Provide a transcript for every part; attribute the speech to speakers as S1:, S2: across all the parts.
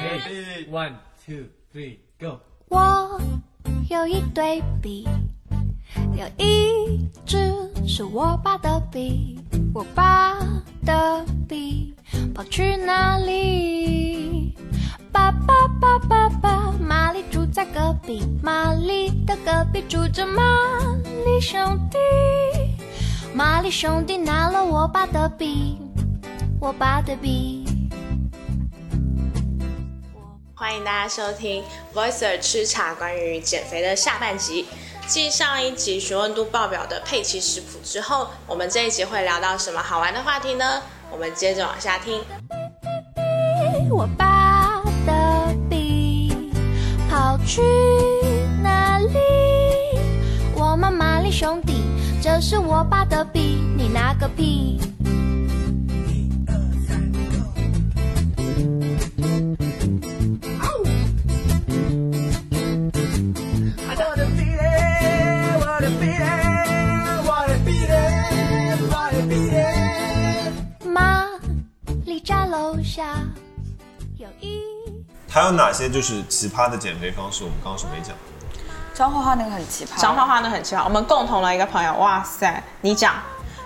S1: Ready, one, two, three, go。
S2: 我有一对笔，有一支是我爸的笔，我爸的笔跑去哪里？爸爸爸爸爸，玛丽住在隔壁，玛丽的隔壁住着玛丽兄弟，玛丽兄弟拿了我爸的笔，我爸的笔。
S3: 欢迎大家收听 Voicer 吃茶关于减肥的下半集。继上一集询问度爆表的佩奇食谱之后，我们这一集会聊到什么好玩的话题呢？我们接着往下听。
S2: 我爸的笔跑去哪里？我妈妈里兄弟，这是我爸的笔，你拿个屁！
S4: I wanna beat it, wanna beat it, wanna beat it, wanna beat it.
S2: 妈，离家楼下有一。
S5: 还有哪些就是奇葩的减肥方式？我们刚刚是没讲。
S6: 张画画那个很奇葩，
S3: 张画画呢很奇葩，我们共同的一个朋友，哇塞，你讲，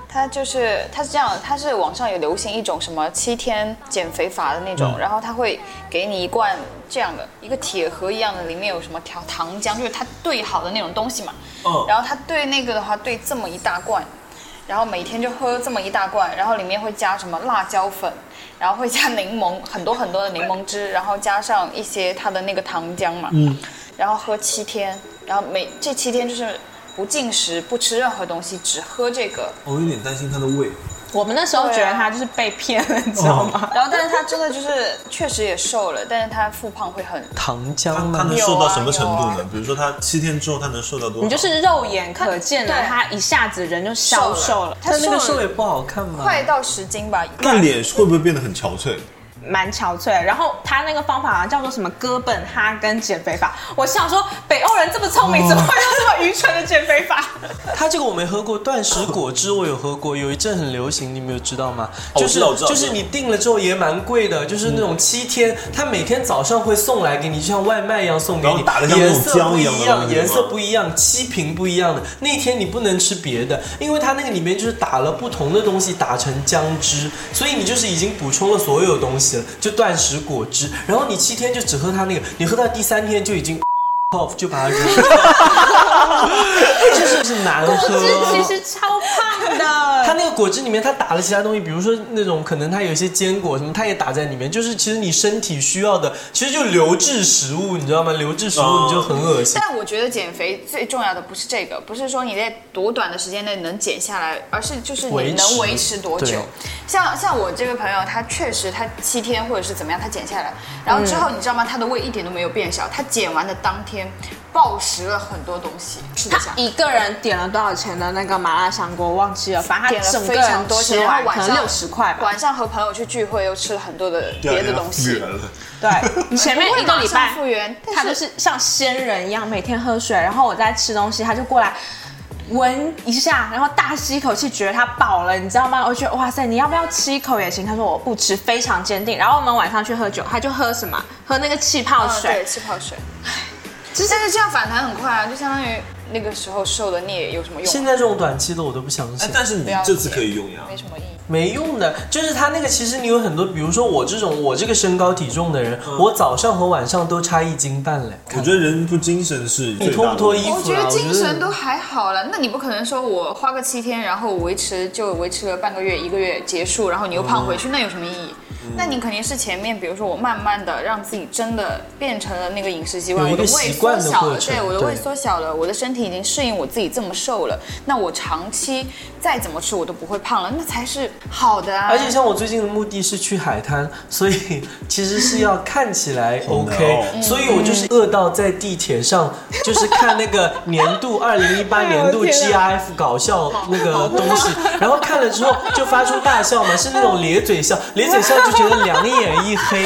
S6: 他就是他是这样，他是网上有流行一种什么七天减肥法的那种，
S5: 嗯
S6: 然后他会给你一罐这样的一个铁盒一样的，里面有什么调糖浆，就是他兑好的那种东西嘛。
S5: 嗯
S6: 然后他兑那个的话，兑这么一大罐，然后每天就喝这么一大罐，然后里面会加什么辣椒粉，然后会加柠檬，很多很多的柠檬汁，然后加上一些它的那个糖浆嘛。嗯。然后喝七天，然后每这七天就是不进食，不吃任何东西，只喝这个。
S5: 我哦有点担心他的胃。
S3: 我们那时候觉
S6: 对啊
S3: 得他就是被骗了，你知道吗？
S6: 然后，但是他真的就是确实也瘦了，但是他复胖会很，
S7: 糖
S5: 他
S7: 浆
S5: 他
S7: 吗
S5: 能？瘦到什么
S6: 有啊
S5: 程度
S6: 有
S5: 呢？比如说他七天之后他能瘦到多少？
S3: 你就是肉眼可见的，
S6: 对
S3: 他一下子人就消瘦了，
S6: 他
S7: 但那个
S6: 瘦
S7: 瘦也
S6: 了
S7: 不好看嘛。
S6: 快到十斤吧。
S5: 那脸会不会变得很憔悴？
S3: 蛮憔悴的。然后他那个方法好像叫做什么哥本哈根减肥法，我想说北欧人这么聪明，怎么会有这么愚蠢的减肥法？
S7: 它这个我没喝过，断食果汁我有喝过，有一阵很流行，你们有知道吗？
S5: 哦
S7: 就是、
S5: 我知道我知道
S7: 就是你订了之后也蛮贵的，就是那种七天，它每天早上会送来给你，就像外卖一样送给
S5: 然后
S7: 你，
S5: 打得像那
S7: 颜
S5: 种
S7: 色不
S5: 浆一样的
S7: 一样，
S5: 东西
S7: 颜色
S5: 吗
S7: 不一样，七瓶不一样的。那天你不能吃别的，因为它那个里面就是打了不同的东西，打成浆汁，所以你就是已经补充了所有东西了，就断食果汁。然后你七天就只喝它那个，你喝到第三天就已经 off 就把它扔掉，就是是难喝。
S3: 果汁其实超胖的。
S7: 它那个果汁里面，它打了其他东西，比如说那种可能它有一些坚果什么，它也打在里面。就是其实你身体需要的，其实就流质食物，你知道吗？流质食物
S5: 哦
S7: 你就很恶心。
S6: 但我觉得减肥最重要的不是这个，不是说你在多短的时间内能减下来，而是就是你
S7: 维
S6: 能
S7: 持
S6: 维持多久
S7: 对。
S6: 像像我这位朋友，他确实他七天或者是怎么样，他减下来，然后之后
S3: 嗯
S6: 你知道吗？他的胃一点都没有变小，他减完的当天暴食了很多东西，吃得
S3: 他
S6: 下。
S3: 一个人点了多少钱的那个麻辣香锅，我忘记了，反正
S6: 点
S3: 他
S6: 了
S3: 整个
S6: 非常
S3: 人
S6: 多钱，
S3: 吃
S6: 然后
S3: 完
S6: 晚
S3: 可能
S6: 上
S3: 六十块吧。
S6: 晚上和朋友去聚会，又吃了很多的
S5: 第二
S6: 别
S5: 天
S6: 的
S5: 他
S6: 东西
S5: 复。原了
S3: 对，前面一个礼
S6: 不会马
S3: 拜
S6: 上复原但是
S3: 他就是像仙人一样，每天喝水，然后我在吃东西，他就过来。闻一下，然后大吸一口气，觉得它饱了，你知道吗？我觉得哇塞，你要不要吃一口也行？他说我不吃，非常坚定。然后我们晚上去喝酒，他就喝什么？喝那个气泡
S6: 嗯
S3: 水
S6: 对，，气泡水。其但是这样反弹很快啊，就相当于那个时候瘦的你也有什么用啊？
S7: 现在这种短期的我都不相信
S5: 哎，。但是你这次可以用呀。
S6: 没什么意义。
S7: 没用的，就是它那个。其实你有很多，比如说我这种我这个身高体重的人，我早上和晚上都差一斤半嘞。
S5: 我觉得人不精神是
S7: 你
S5: 最
S7: 脱
S5: 大
S7: 不脱
S5: 的。
S7: 衣服啦？
S6: 我觉得精神都还好了，那你不可能说我花个七天，然后维持就维持了半个月、一个月结束，然后你又胖
S7: 嗯
S6: 回去，那有什么意义？那你肯定是前面，比如说我慢慢的让自己真的变成了那个饮食习惯，
S7: 有一
S6: 我
S7: 个
S6: 的胃
S7: 习
S6: 缩
S7: 惯的
S6: 小了，
S7: 过程
S6: 对，我的胃
S7: 对
S6: 缩小了，我的身体已经适应我自己这么瘦了，那我长期再怎么吃我都不会胖了，那才是好的啊。
S7: 而且像我最近的目的是去海滩，所以其实是要看起来 OK，、
S5: 嗯
S7: 所以我就是饿到在地铁上，就是看那个年度二零一八年度 GIF 搞笑那个东西，然后看了之后就发出大笑嘛， 是那种咧嘴笑，咧嘴笑就觉得两眼一黑，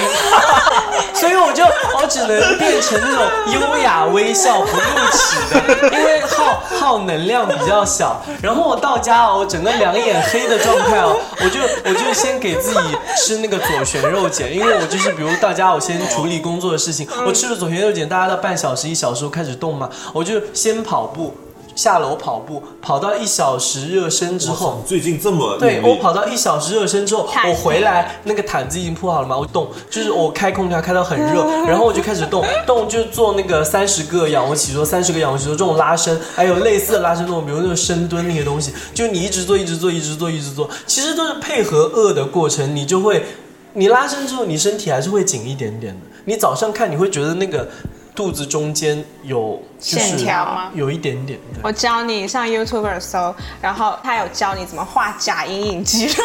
S7: 所以我就我只能变成那种优雅微笑不露齿的，因为耗耗能量比较小。然后我到家哦，我整个两眼黑的状态哦，我就我就先给自己吃那个左旋肉碱，因为我就是比如到家我先处理工作的事情，我吃了左旋肉碱，大家到半小时一小时我开始动嘛，我就先跑步。下楼跑步，跑到一小时热身之后，
S5: 最近这么
S7: 对
S5: 努力
S7: 我跑到一小时热身之后，我回来那个毯子已经铺好了嘛，我动就是我开空调开到很 热，
S3: 嗯
S7: 然后我就开始动，动就做那个三十个仰卧起坐，三十个仰卧起坐这种拉伸，还有类似的拉伸那种，比如那种深蹲那些东西，就你一直做一直做一直做一直做，其实都是配合饿的过程，你就会你拉伸之后，你身体还是会紧一点点的。你早上看你会觉得那个肚子中间有就是
S3: 线条吗
S7: 有一点点。对
S3: 我教你上 YouTube 搜，然后他有教你怎么画假阴影肌 肉，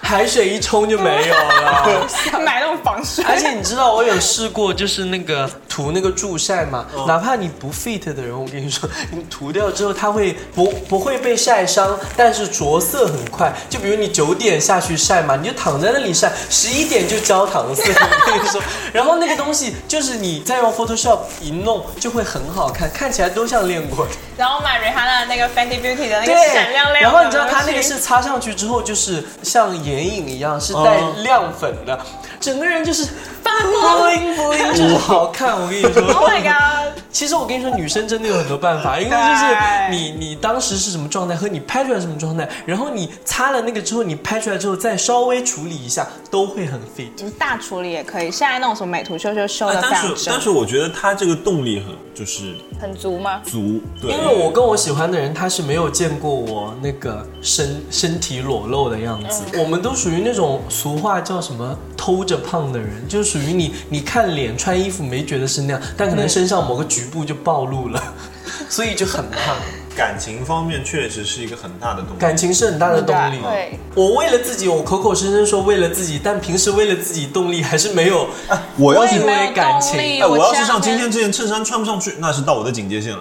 S7: 海水一冲就没有了。
S3: 买那种防水。
S7: 而且你知道，我有试过，就是那个涂那个助晒嘛，哪怕你不 fit 的人，我跟你说，你涂掉之后，它会不不会被晒伤，但是着色很快。就比如你九点下去晒嘛，你就躺在那里晒，十一点就焦糖色。 我跟你说，然后那个东西就是你再用 Photoshop 一弄，就会很好看，看起来都像练过的。
S3: 然后买 Rihanna 的那个 Fenty Beauty 的那
S7: 对
S3: 个，闪亮亮的。
S7: 然后你知道它那个是擦上去之后，就是像眼影一样，是带亮粉的，
S3: 嗯
S7: 整个人就是发 光 bling bling，就是好看。我跟你说
S3: Oh my god！
S7: 其实我跟你说，女生真的有很多办法，因为就是你你当时是什么状态和你拍出来什么状态，然后你擦了那个之后，你拍出来之后再稍微处理一下，都会很 fit。
S3: 你大处理也可以，现在那种什么美图秀秀修
S5: 哎
S3: 的
S7: 啊
S3: 非
S5: 但
S3: 常
S5: 是但
S3: 正。
S5: 是我觉得他这个动力很就是
S6: 很足吗？
S5: 足，对，
S7: 因为我跟我喜欢的人，他是没有见过我那个身身体裸露的样子。
S5: 嗯
S7: 我们都属于那种俗话叫什么“偷着胖”的人，就属于你你看脸穿衣服没觉得是那样，但可能身上某个局部就暴露了， 所以就很胖。
S5: 感情方面确实是一个很大的动力。
S7: 感情是很大的动力。
S6: 对，
S7: 我为了自己，我口口声声说为了自己，但平时为了自己动力还是没有。
S5: 啊我要
S7: 是
S5: 是
S7: 因为感情，
S5: 哎，我要是
S3: 上
S5: 像今天这件衬衫穿不上去，那是到我的警戒线了。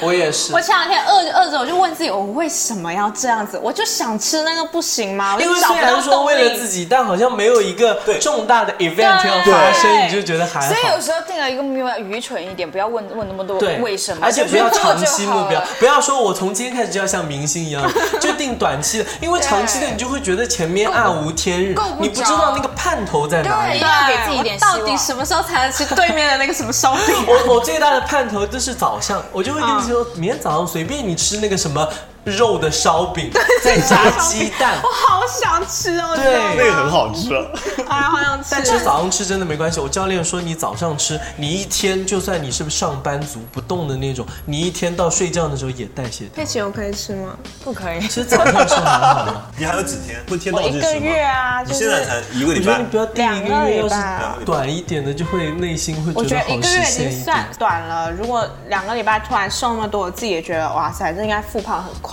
S7: 我也是
S3: 我。前两天饿着饿着，我就问自己，我为什么要这样子？我就想吃那个，不行吗？我
S7: 因
S3: 就
S7: 为
S3: 找
S7: 虽
S3: 不
S7: 然
S3: 到
S7: 说
S3: 动
S7: 为了
S3: 力。
S7: 自己，但好像没有一个
S5: 对
S7: 重大的 event 要
S3: 对
S7: 发生，你就觉得还好。
S6: 所以有时候定了一个目标，愚蠢一点，不要问问那么多
S7: 对，
S6: 为什么，
S7: 而且
S6: 就
S7: 不要
S6: 去做
S7: 长
S6: 就
S7: 期
S6: 好
S7: 目标
S6: 了，
S7: 不要说我从今天开始就要像明星一 样，就定短期的，因为长期的你就会觉得前面暗无天日
S6: 够不，
S7: 你不知
S6: 着
S7: 道那个盼头在哪里
S6: 对。
S3: 啊
S6: 要给自己一点希望
S3: 到底什么时候才能吃对面的那个什么烧饼？
S7: 我我最大的盼头就是早上，我就会跟
S6: 嗯
S7: 你说，明天早上随便你吃那个什么肉的烧 饼，再加鸡蛋
S3: 我，好想吃哦！
S7: 对
S3: 你
S5: 那
S3: 知
S5: 个
S3: 道吗
S5: 很好吃啊，
S3: 哎呀，好想
S7: 但
S3: 吃
S7: 吃。早上吃真的没关系，我教练说你早上吃，你一天就算你是上班族不动的那种，你一天到睡觉的时候也代谢 掉。
S3: 佩奇，我可以吃吗？不可以。
S7: 其实早上吃还好啊 的，
S5: 你还有几天？会贴到
S3: 我一
S5: 日
S3: 个
S5: 期
S3: 月
S5: 吗？
S3: 啊，
S5: 你
S3: 就
S5: 现在
S3: 是
S5: 才一个
S7: 我
S5: 礼
S7: 觉得你
S5: 拜
S7: 不，要定一个月，
S3: 两个礼
S7: 要是
S3: 拜
S7: 短一点的，就会内心会
S3: 我觉
S7: 觉
S3: 得一
S7: 好
S3: 个月
S7: 实
S3: 已
S7: 现
S3: 经
S7: 一
S3: 算
S7: 点。
S3: 短了。如果两个礼拜突然瘦那么多，我自己也觉得哇塞，这应该复胖很快。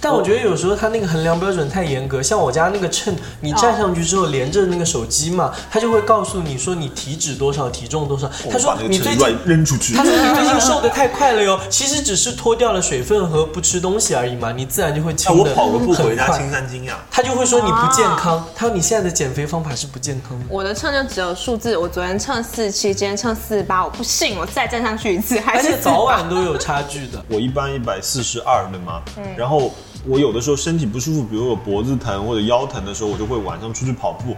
S7: 但我觉得有时候它那个衡量标准太严格，像我家那个秤，你站上去之后连着那个手机嘛，它就会告诉你说你体脂多少，体重多少。他
S5: 哦我
S7: 说
S5: 把那
S7: 你
S5: 个
S7: 最
S5: 秤
S7: 近
S5: 乱扔出去
S7: 他。说你最近瘦的太快了哟，其实只是脱掉了水分和不吃东西而已嘛，你自然就会
S5: 哎，
S7: 轻
S5: 我
S7: 的
S5: 跑个步回家
S7: 快。
S5: 青山惊讶，
S7: 他就会说你不健
S6: 啊
S7: 康，他说你现在的减肥方法是不健康的。
S3: 我的秤就只有数字，我昨天秤四七，今天秤四八，我不信，我再站上去一次还
S7: 而且
S3: 是
S7: 早晚都有差距的，
S5: 我一般一百四十二，对吗？
S7: 嗯
S5: 然后我有的时候身体不舒服，比如我脖子疼或者腰疼的时候，我就会晚上出去跑步，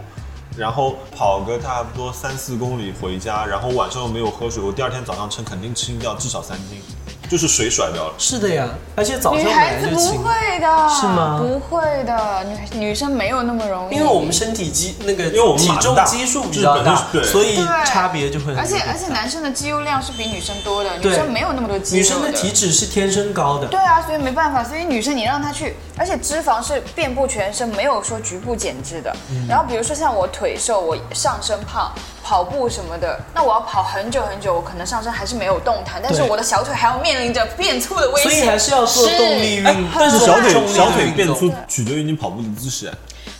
S5: 然后跑个差不多三四公里回家，然后晚上又没有喝水，我第二天早上称肯定轻掉至少三斤，就是水甩掉了。
S7: 是的呀。而且早上
S6: 女
S7: 本
S6: 孩
S7: 来
S6: 子
S7: 就
S6: 不
S7: 轻。
S6: 会的，
S7: 是吗
S6: 不会的，女女生没有那么容易，
S7: 因为我们身体基那个
S5: 为我们
S7: 体
S5: 马
S7: 重
S5: 大
S7: 基数比较大，
S5: 就是本身是对
S7: 所以
S6: 对
S7: 差别就会很
S6: 而且
S7: 明显
S6: 而且男生的肌肉量是比女生多的，
S7: 对
S6: 女生没有那么多肌肉
S7: 女生的体脂是天生高的，
S6: 对啊，所以没办法，所以女生你让她去，而且脂肪是遍布全身，没有说局部减脂的。
S7: 嗯
S6: 然后比如说像我腿瘦，我上身胖，跑步什么的，那我要跑很久很久，我可能上身还是没有动弹，但是
S7: 对
S6: 我的小腿还要面临着变粗的危险。哎
S7: 所以还是要做动力运动。
S5: 但是小腿
S7: 重力运动
S5: 小腿变粗取决于你跑步的姿势，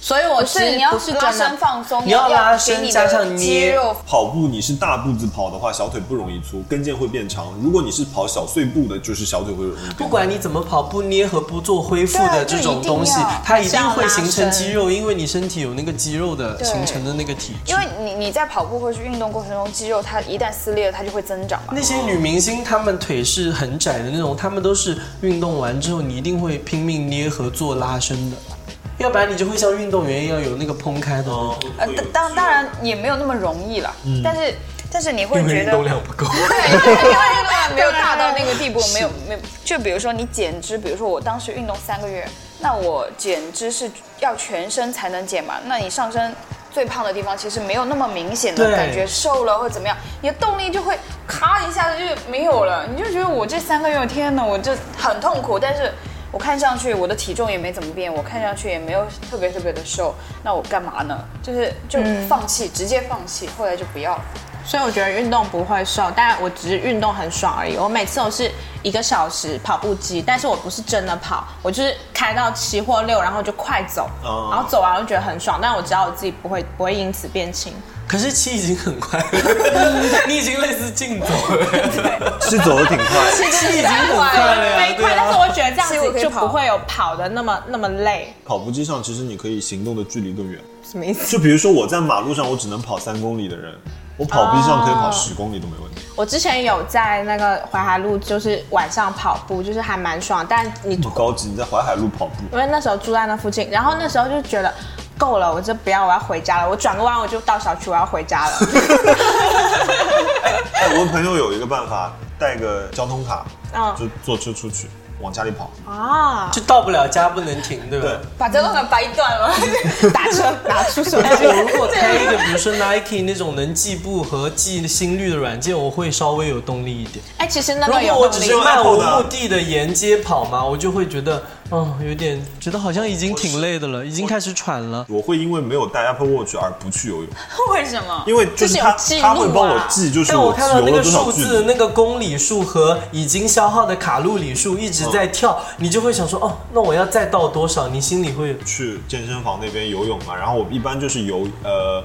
S6: 所以我
S3: 不
S6: 是
S3: 是
S6: 你要
S3: 不是
S6: 拉
S3: 真的
S6: 伸放松，
S7: 你要拉伸
S6: 给你的
S7: 加上
S6: 肌
S7: 捏
S6: 肉
S5: 跑步你是大步子跑的话，小腿不容易粗，跟腱会变长；如果你是跑小碎步的，就是小腿会容易变
S7: 不管你怎么跑，不捏和不做恢复的
S6: 对
S7: 这种
S6: 就一定
S7: 东西
S6: 要，
S7: 它一定会
S3: 拉
S7: 形成
S3: 伸
S7: 肌肉，因为你身体有那个肌肉的
S6: 对
S7: 形成的那个体质
S6: 因。为你你在跑步或是运动过程中，肌肉它一旦撕裂了，它就会增长嘛。
S7: 那些女明星，她们腿是很窄的那种，她们都是运动完之后，你一定会拼命捏和做拉伸的，要不然你就会像运动员一样有那个砰开的。
S5: 哦
S6: 呃，
S5: 会有
S6: 当当当然也没有那么容易了，
S7: 嗯
S6: 但是但是你会
S7: 因为
S6: 觉
S7: 运
S6: 得
S7: 动量不够，
S6: 对，因为运动量没有大到那个地步，没有没有。就比如说你减脂，比如说我当时运动三个月，那我减脂是要全身才能减嘛？那你上身最胖的地方其实没有那么明显的
S7: 对
S6: 感觉瘦了或怎么样，你的动力就会咔一下子就没有了，你就觉得我这三个月，天哪，我这很痛苦，但是。我看上去我的体重也没怎么变，我看上去也没有特别特别的瘦，那我干嘛呢？就是就放弃，直接放弃，后来就不要了。
S3: 所以我觉得运动不会瘦，但我只是运动很爽而已。我每次都是一个小时跑步机，但是我不是真的跑，我就是开到七或六，然后就快走，
S5: 哦
S3: 然后走完我就觉得很爽，但我知道我自己不会不会因此变轻。
S7: 可是七已经很快 了，你已经类似竞走了，
S5: 是走的挺快。
S7: 七已经很快了呀，
S3: 飞
S7: 对
S3: 快，但是
S7: 啊。
S3: 我觉得这样
S6: 其实我可
S3: 子
S6: 以
S3: 就
S6: 跑
S3: 不会有跑的那么那么累，
S5: 跑步机上其实你可以行动的距离更远，
S3: 什么意思？
S5: 就比如说我在马路上我只能跑三公里的人，我跑步机上可以跑十公里都没问题。
S3: 我之前有在那个淮海路，就是晚上跑步，就是还蛮爽，但你
S5: 这么高级，你在淮海路跑步，
S3: 因为那时候住在那附近，然后那时候就觉得够了，我这不要，我要回家了。我转个弯我就到小区，我要回家 了。
S5: 哎，我朋友有一个办法，带个交通卡，
S3: 嗯
S5: 就坐车出去，往家里跑。
S3: 啊，
S7: 就到不了家不能停，对吧？
S5: 对
S3: 把这段掰断了， 打车拿出手
S7: 但是我
S3: 机。
S7: 如果开一个，比如说 Nike 那种能计步和计心率的软件，我会稍微有动力一点。
S3: 哎，其实那
S7: 如
S3: 个有
S7: 果我只是
S3: 动力
S7: 漫无目的的沿街跑嘛，我就会觉得，嗯，有点觉得好像已经挺累的了，已经开始喘了。
S5: 我会因为没有带 Apple Watch 而不去游泳，
S3: 为什么？
S5: 因为就是他
S3: 就是有记录啊
S5: 他会帮我记，就是
S7: 但我看到那
S5: 游
S7: 个
S5: 了多
S7: 数
S5: 少距
S7: 字，
S5: 离。
S7: 那个公里数和已经消耗的卡路里数一直在跳，你就会想说，哦，那我要再到多少？你心里会有
S5: 去健身房那边游泳嘛，然后我一般就是游呃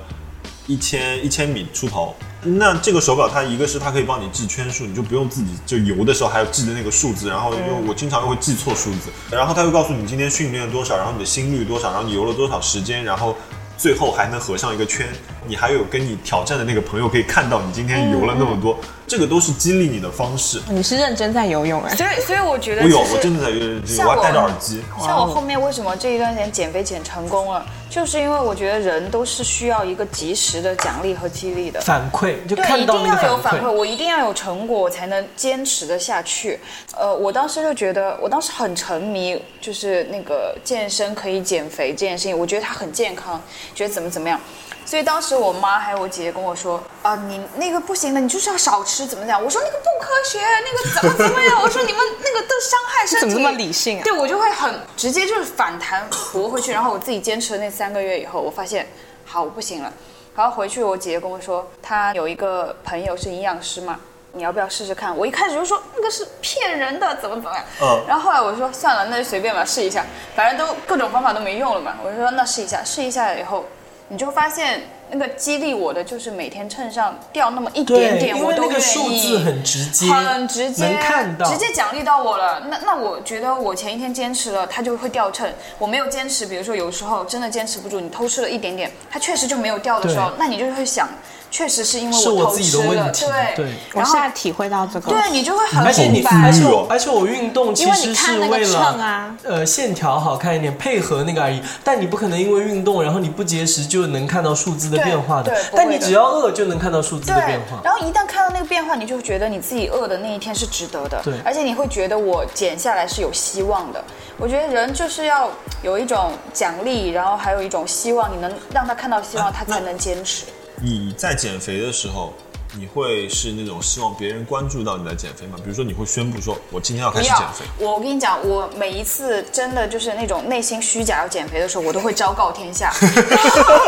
S5: 一千一千米出头。那这个手表它一个是它可以帮你记圈数，你就不用自己就游的时候还要记得那个数字，然后因为我经常又会记错数字，然后它会告诉你今天训练多少，然后你的心率多少，然后你游了多少时间，然后最后还能合上一个圈，你还有跟你挑战的那个朋友可以看到你今天游了那么
S6: 嗯
S5: 多，这个都是激励你的方式。
S3: 你是认真在游泳哎、
S6: 所以，所以我觉得
S5: 我有，
S6: 其实
S5: 我真的在游泳机，
S6: 像
S5: 我还
S6: 我
S5: 戴着耳机。
S6: 像我后面为什么这一段时间减肥减成功了，就是因为我觉得人都是需要一个及时的奖励和激励的。
S7: 反馈，就
S6: 对，
S7: 看到
S6: 一
S7: 那
S6: 定要
S7: 个
S6: 有
S7: 反
S6: 反馈，
S7: 馈。
S6: 我一定要有成果，我才能坚持的下去。呃，我当时就觉得，我当时很沉迷，就是那个健身可以减肥这件事情，我觉得它很健康，觉得怎么怎么样。所以当时我妈还有我姐姐跟我说啊，你那个不行的，你就是要少吃，怎么讲？我说那个不科学，那个怎么怎么样？我说你们那个都伤害身体。
S3: 怎么这么理性啊
S6: 对我就会很直接就是反弹驳回去，然后我自己坚持了那三个月以后，我发现好我不行了，然后回去我姐姐跟我说，她有一个朋友是营养师嘛。你要不要试试看？我一开始就说那个是骗人的，怎么怎么样。
S5: 嗯
S6: 然后后来我说算了，那就随便吧，试一下，反正都各种方法都没用了嘛。我就说那试一下，试一下以后，你就发现那个激励我的就是每天秤上掉那么一点
S7: 对，
S6: 点，
S7: 因
S6: 我
S7: 为
S6: 都
S7: 那
S6: 愿
S7: 个
S6: 意。
S7: 数字很直接，
S6: 很直接，
S7: 能看到，
S6: 直接奖励到我了。那那我觉得我前一天坚持了，它就会掉秤。我没有坚持，比如说有时候真的坚持不住，你偷吃了一点点，它确实就没有掉的时候
S7: 对，
S6: 那你就会想，确实是因为
S7: 是我
S6: 偷
S7: 自己
S6: 吃
S7: 的问
S6: 了，
S7: 题
S6: 对
S7: 对
S3: 我
S6: 然
S3: 现
S6: 后
S3: 在体会到这个，
S6: 对你就会很
S7: 而且你，哦
S6: 明
S7: 而
S6: 白
S7: 且
S5: 有
S7: 我，而且我运动其实是
S3: 嗯因为你看那
S7: 为
S3: 个
S7: 了
S3: 秤啊
S7: 呃，线条好看一点，配合那个而已。但你不可能因为运动，然后你不节食就能看到数字的
S6: 对
S7: 变化的
S6: 对。不
S7: 但
S6: 会
S7: 你
S6: 的
S7: 只要饿就能看到数字的变化。
S6: 然后一旦看到那个变化，你就觉得你自己饿的那一天是值得的，
S7: 对
S6: 而且你会觉得我减下来是有希望的。我觉得人就是要有一种奖励，然后还有一种希望，你能让他看到希望，
S7: 啊
S6: 他才能坚持。
S5: 你在减肥的时候，你会是那种希望别人关注到你在减肥吗？比如说你会宣布说，我今天要开
S6: 不
S5: 始
S6: 要
S5: 减肥。！
S6: 我跟你讲，我每一次真的就是那种内心虚假要减肥的时候，我都会昭告天 下。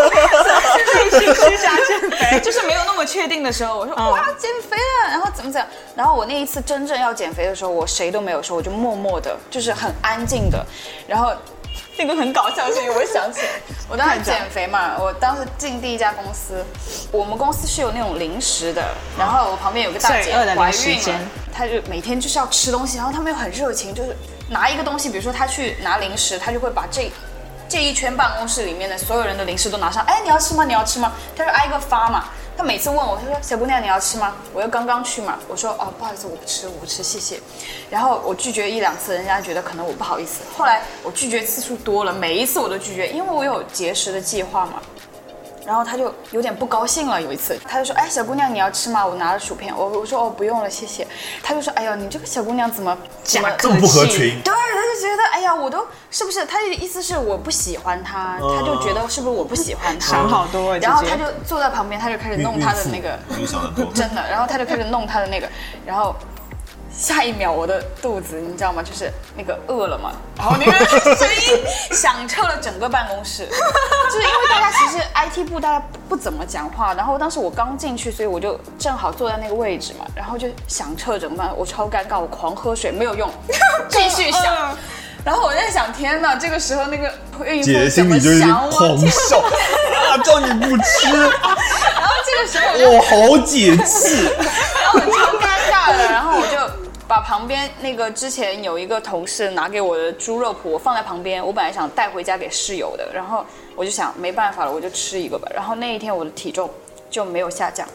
S6: 内心虚假减肥， 嗯就是没有那么确定的时候，我说我要减肥了，然后怎么怎么样。然后我那一次真正要减肥的时候，我谁都没有说，我就默默的，就是很安静的，然后。
S3: 这个很搞笑，所以我想起来，
S6: 我当时
S3: 讲
S6: 减肥嘛，我当时进第一家公司，我们公司是有那种零食的，然后我旁边有个大姐
S3: 罪恶的
S6: 怀
S3: 零食
S6: 孕了
S3: 间，
S6: 她就每天就是要吃东西，然后他们又很热情，就是拿一个东西，比如说她去拿零食，她就会把这。这一圈办公室里面的所有人的零食都拿上，哎，你要吃吗？你要吃吗？她就挨个发嘛。她每次问我，她说：“小姑娘，你要吃吗？”我又刚刚去嘛，我说：“哦，不好意思，我不吃，我不吃，谢谢。”然后我拒绝一两次，人家觉得可能我不好意思。后来我拒绝次数多了，每一次我都拒绝，因为我有节食的计划嘛。然后他就有点不高兴了。有一次，他就说：“哎，小姑娘，你要吃吗？我拿了薯片。我”我说：“哦，不用了，谢谢。”他就说：“哎呦，你这个小姑娘怎么怎么
S5: 这么不合群
S6: 对，他就觉得：“哎呀，我都是不是？”他的意思是我不喜欢他，他就觉得是不是我不喜欢他？
S3: 想嗯 好多啊
S6: 然后
S3: 姐姐
S6: 他就坐在旁边，他就开始
S5: 孕
S6: 弄他的那个，
S5: 孕妇你想得 多
S6: 真的，然后他就开始弄他的那个，然后下一秒我的肚子你知道吗？就是那个饿了嘛，然后那个声音响彻了整个办公室，就是因为大家其实 IT 部大家不怎么讲话，然后当时我刚进去，所以我就正好坐在那个位置嘛，然后就响彻整个办，我超尴尬，我狂喝水没有用，继续响。然后我在想，天哪，这个时候那个孕妇
S5: 姐姐
S6: 怎
S5: 心
S6: 么
S5: 里就有点
S6: 想我？
S5: 狂
S6: 天
S5: 笑，啊，叫你不吃，
S6: 然后这个时候我就
S5: 我好解气。
S6: 然后我超尴尬的，然后我就把旁边那个之前有一个同事拿给我的猪肉脯，我放在旁边，我本来想带回家给室友的，然后我就想没办法了，我就吃一个吧。然后那一天我的体重就没有下降。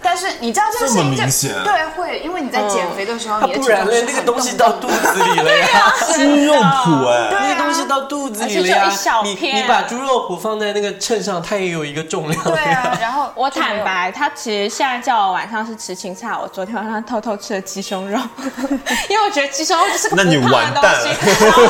S6: 但是你知道这个事情
S5: 这
S6: 就
S5: 么明显
S6: 对会，因为你在减肥的时候，
S7: 它
S6: 你的体
S7: 嗯不
S6: 重
S7: 然嘞
S6: 是，
S7: 那个
S6: 很
S7: 东西
S6: 动
S7: 到
S6: 荡的
S7: 肚子里了呀，
S5: 猪肉脯 哎，
S7: 那个东西到肚子里了
S3: 啊而
S7: 呀
S3: 且就一小。
S7: 你
S3: 片
S7: 你把猪肉脯放在那个秤上，它也有一个重量
S6: 对
S7: 了呀。
S6: 啊，然后
S3: 我
S6: 就没有
S3: 坦白，他其实现在叫我晚上是吃青菜，我昨天晚上偷偷吃了鸡胸肉，因为我觉得鸡胸肉就是个
S5: 那你
S3: 不胖的
S5: 完蛋了
S3: 东西。 然后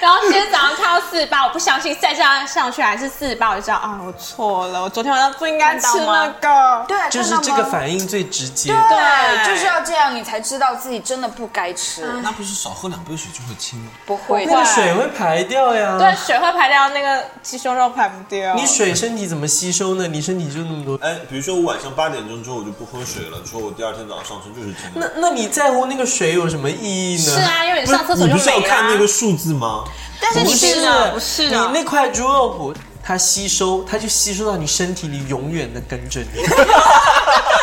S3: 然后今天早上看到四十八，我不相信，再这样上去还是四十八，我就知道啊，我错了，我昨天晚上不应该吃那个。
S6: 对，啊
S7: 就是
S6: 看到
S7: 这个
S6: 吗
S7: 反应最直接。
S6: 对，就是要这样，你才知道自己真的不该吃，
S3: 嗯
S5: 那不是少喝两杯水就会轻吗？
S6: 不会
S7: 那
S6: 的
S7: 个。水会排掉呀。
S3: 对，水会排掉，那个鸡胸肉排不掉。
S7: 你水身体怎么吸收呢？你身体就那么多。
S5: 哎，比如说我晚上八点钟之后我就不喝水了，之后我第二天早上上称就是轻
S7: 那
S5: 的。
S7: 那你在乎那个水有什么意义呢？
S3: 是啊，因为你上厕所
S5: 你
S3: 就
S5: 不是要
S3: 没
S6: 啊
S5: 看那
S3: 啦
S5: 个。数字吗？
S3: 但是
S7: 不
S3: 你
S7: 是啊
S3: 的，不是
S7: 你
S3: 的。
S7: 那块猪肉脯，它吸收，它就吸收到你身体里， 永远的跟着 你。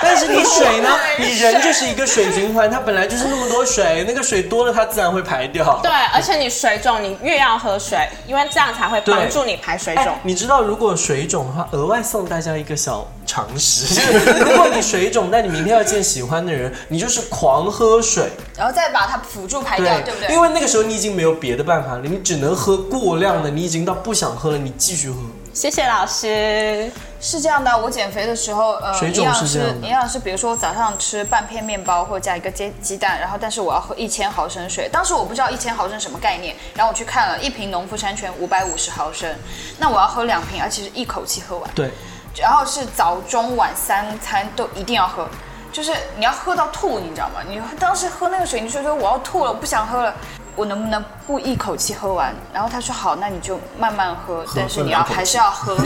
S7: 但是你水呢？你人就是一个水循环，它本来就是那么多水，那个水多了，它自然会排掉。
S3: 对，而且你水肿，你越要喝水，因为这样才会帮
S7: 对
S3: 助你排水
S7: 哎
S3: 肿。
S7: 你知道，如果水肿的话，额外送大家一个小常识， 就是如果你水肿，但你明天要见喜欢的人，你就是狂喝水，
S6: 然后再把它辅助排掉，对不对？
S7: 因为那个时候你已经没有别的办法了，你只能喝过量的，你已经到不想喝了，你继续喝。
S3: 谢谢老师。
S6: 是这样的，我减肥的时候，呃，
S7: 水
S6: 营
S7: 肿
S6: 养
S7: 是这
S6: 师
S7: 样的
S6: 营养师，比如说我早上吃半片面包或者加一个鸡鸡蛋，然后但是我要喝一千毫升水。当时我不知道一千毫升什么概念，然后我去看了一瓶农夫山泉五百五十毫升，那我要喝两瓶，而且是一口气喝完。
S7: 对，
S6: 然后是早中晚三餐都一定要喝，就是你要喝到吐，你知道吗？你当时喝那个水，你就说我要吐了，我不想喝了，我能不能不一口气喝完？然后他说好，那你就慢慢喝，但是你要
S5: 两口气
S6: 还是要喝，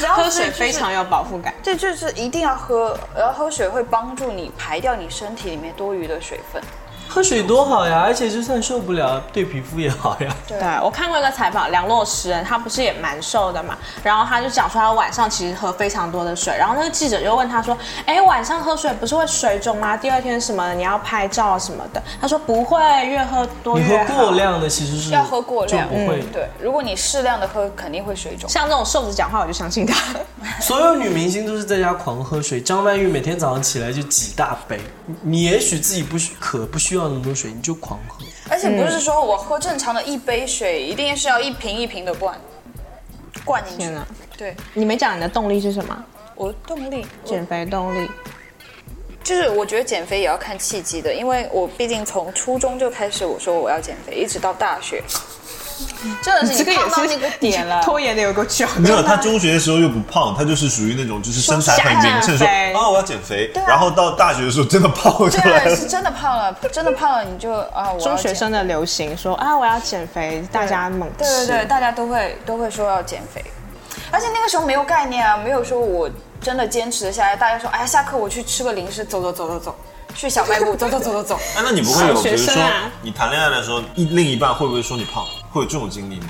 S6: 然后
S3: 喝水非常有饱腹感。
S6: 这就是一定要喝，然后喝水会帮助你排掉你身体里面多余的水分。
S7: 喝水多好呀，而且就算受不了，对皮肤也好呀。
S3: 对我看过一个采访，梁洛施人他不是也蛮瘦的嘛，然后他就讲说他晚上其实喝非常多的水，然后那个记者就问他说，哎，晚上喝水不是会水肿吗？第二天什么你要拍照啊什么的？他说不会，越喝多
S7: 你
S3: 越
S7: 喝
S3: 好。
S7: 过量的其实是
S6: 要喝过量
S7: 就不会。
S6: 对，如果你适量的喝，肯定会水肿。
S3: 像这种瘦子讲话，我就相信他。
S7: 所有女明星都是在家狂喝水，张曼玉每天早上起来就几大杯。你你也许自己不需渴，不需要那么多水，你就狂喝。
S6: 而且
S3: 嗯
S6: 不是说我喝正常的一杯水，一定是要一瓶一瓶的灌，灌进去
S3: 天。哪，
S6: 对，
S3: 你没讲你的动力是什么？
S6: 我的动力我
S3: 减肥动力。
S6: 就是我觉得减肥也要看契机的，因为我毕竟从初中就开始我说我要减肥，一直到大 学，真的是你胖到那个点了，
S3: 拖延的有够久。
S5: 没有，他中学的时候又不胖，他就是属于那种就是身材很匀称，说
S3: 说减肥
S5: 啊我要减肥，
S6: 啊
S5: 然后到大学的时候真的胖出来
S6: 对，啊
S5: 了
S6: 是。真的胖了，真的胖了你就啊，我要
S3: 中学
S6: 减
S3: 生的流行说啊，我要减肥，大家猛吃。
S6: 对对对，大家都会都会说要减肥，而且那个时候没有概念啊，没有说我真的坚持得下来。大家说，哎呀，下课我去吃个零食，走走走走走，去小卖部走走走走走。
S5: 哎，那你不会有，
S3: 啊小
S5: 比
S3: 学
S5: 如说
S3: 生啊
S5: 你谈恋爱的时候，一另一半会不会说你胖？会有这种经历吗？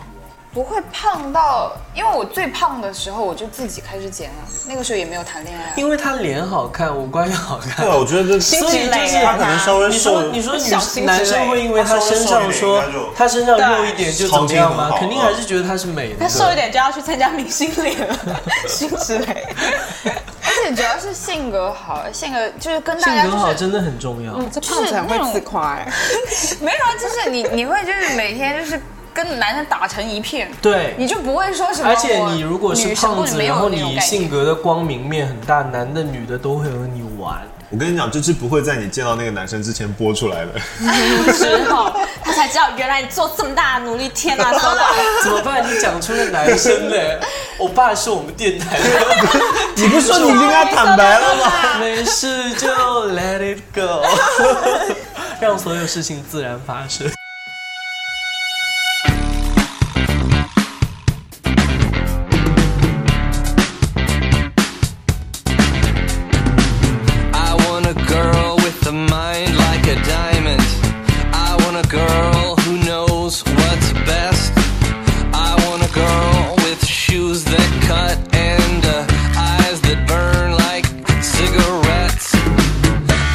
S6: 不会胖到，因为我最胖的时候我就自己开始减了，那个时候也没有谈恋爱。啊
S7: 因为她脸好看，五官也好看
S5: 对，。啊我觉得所
S7: 所以就
S3: 累
S7: 是
S3: 啊
S5: 他可能稍微
S7: 你
S5: 瘦
S7: 说，你说
S3: 小心
S7: 女
S3: 之
S7: 男生
S3: 类
S7: 会因为
S5: 他
S7: 他
S5: 稍微
S7: 身
S5: 瘦
S7: 上
S5: 一点
S7: 说
S5: 应该就
S7: 他身上肉一点就怎么样
S5: 超级很好
S7: 吗
S5: 啊？
S7: 肯定还是觉得她是美的。
S3: 他瘦一点就要去参加明星脸了，辛之类。
S6: 而且主要是性格好，性格就是跟大
S7: 性
S6: 家
S7: 格
S6: 就
S7: 好
S6: 是嗯
S7: 真的很重要。
S3: 这胖子很会自夸哎，
S6: 没有啊，就是你你会就是每天就是跟男生打成一片，
S7: 对
S6: 你就不会说什么我。
S7: 而且你如果是
S6: 女生
S7: 胖
S6: 不
S7: 子，
S6: 没有
S7: 然后
S6: 那种
S7: 你
S6: 概念
S7: 性格的光明面很大，男的女的都会和你玩。
S5: 我跟你讲，这支不会在你见到那个男生之前播出来的。
S3: 之后他才知道原来你做这么大的努力，天哪，真的。
S7: 怎么办？你讲出了男生嘞，我爸是我们电台 的，
S5: 你不是
S3: 啊
S5: 说你已经跟他坦白了吗？
S7: 没事就 let it go，让所有事情自然发生。
S8: I want a girl with a mind like a diamond. I want a girl who knows what's best. I want a girl with shoes that cut and uh, eyes that burn like cigarettes.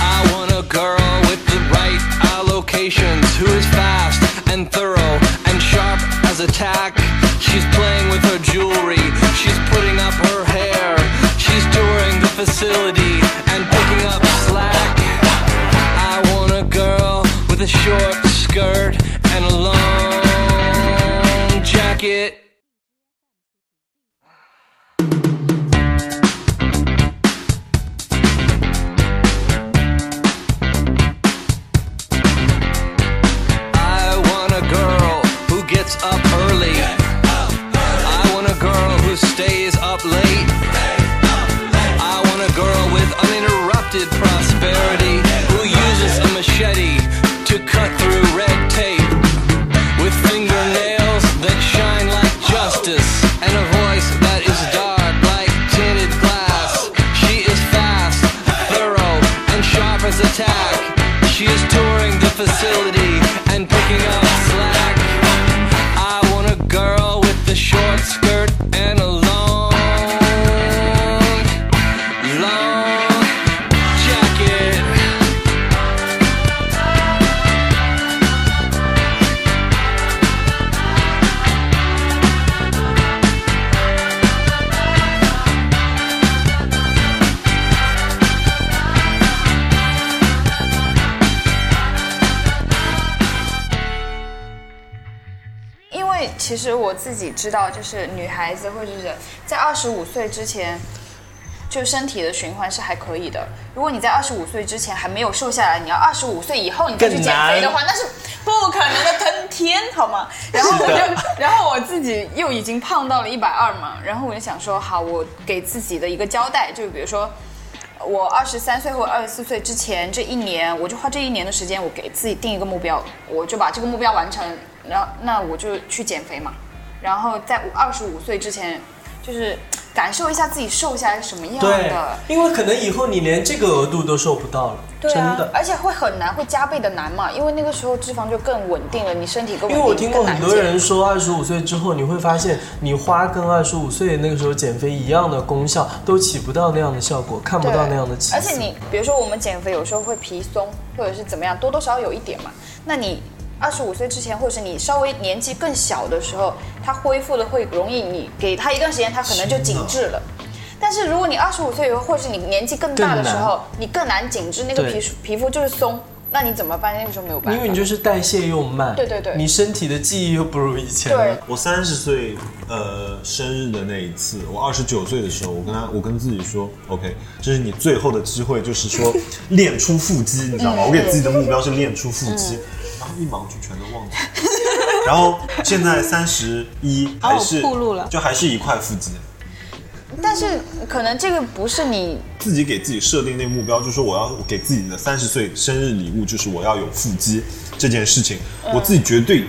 S8: I want a girl with the right allocations who is fast and thorough and sharp as a tack. She's playing with her jewelry, she's putting up her hair, she's touring the facility and picking up slack. I want a girl with a short skirt and a long jacket. I want a girl who gets up early. I want a girl who stays up late. I want a girl with uninterrupted prosperity who uses a machete to cut through red tape with fingernails that shine like justice and a voice that is dark like tinted glass. She is fast, thorough, and sharp as a tack. She is touring the facility and picking up slack. I want a girl with a short skirt and a long, long jacket.
S6: 因为其实我自己知道，就是女孩子或者是在二十五岁之前，就身体的循环是还可以的。如果你在二十五岁之前还没有瘦下来，你要二十五岁以后你再去
S7: 更
S6: 减肥的
S7: 难
S6: 话，那是不可能的登天，好吗？然后我就， 然后我自己又已经胖到了一百二嘛，然后我就想说，好，我给自己的一个交代，就比如说。我二十三岁或二十四岁之前这一年，我就花这一年的时间，我给自己定一个目标，我就把这个目标完成，然后那我就去减肥嘛。然后在我二十五岁之前，就是感受一下自己瘦下来是什么样
S7: 对
S6: 的，，
S7: 因为可能以后你连这个额度都瘦不到了，
S6: 对
S7: 真
S6: 啊
S7: 的，。
S6: 而且会很难，会加倍的难嘛，因为那个时候脂肪就更稳定了，你身体更稳
S7: 因
S6: 定。
S7: 为我听过很多
S6: 更难减
S7: 人说，二十五岁之后你会发现，你花跟二十五岁那个时候减肥一样的功效，都起不到那样的效果，看不
S6: 对，
S7: 到那样的起色。
S6: 而且你比如说我们减肥有时候会皮松，或者是怎么样，多多少少有一点嘛。那你二十五岁之前，或者是你稍微年纪更小的时候，它恢复的会容易，你给它一段时间，它可能就紧致了。但是如果你二十五岁以后，或者是你年纪更大的时
S7: 更
S6: 候，你更难紧致，那个
S7: 对
S6: 皮肤皮肤就是松，那你怎么办？那个时候没有办法。
S7: 因为你就是代谢又慢，
S6: 对对对
S7: 你身体的记忆又不如以前
S6: 对
S7: 了。，
S5: 我三十岁呃生日的那一次，我二十九岁的时候，我跟他，我跟自己说，OK，这是你最后的机会，就 是说练出腹肌，你
S3: 嗯
S5: 知道吗？我给自己的目标是练出腹肌，然后一忙就全都忘记 了。然后现在三十一还是
S3: 哦暴露了
S5: 就还是一块腹肌。
S6: 但是可能这个不是你
S5: 自己给自己设定那个目标，就是说我要给自己的三十岁生日礼
S6: 嗯
S5: 物就是我要有腹肌这件事情，我自己绝对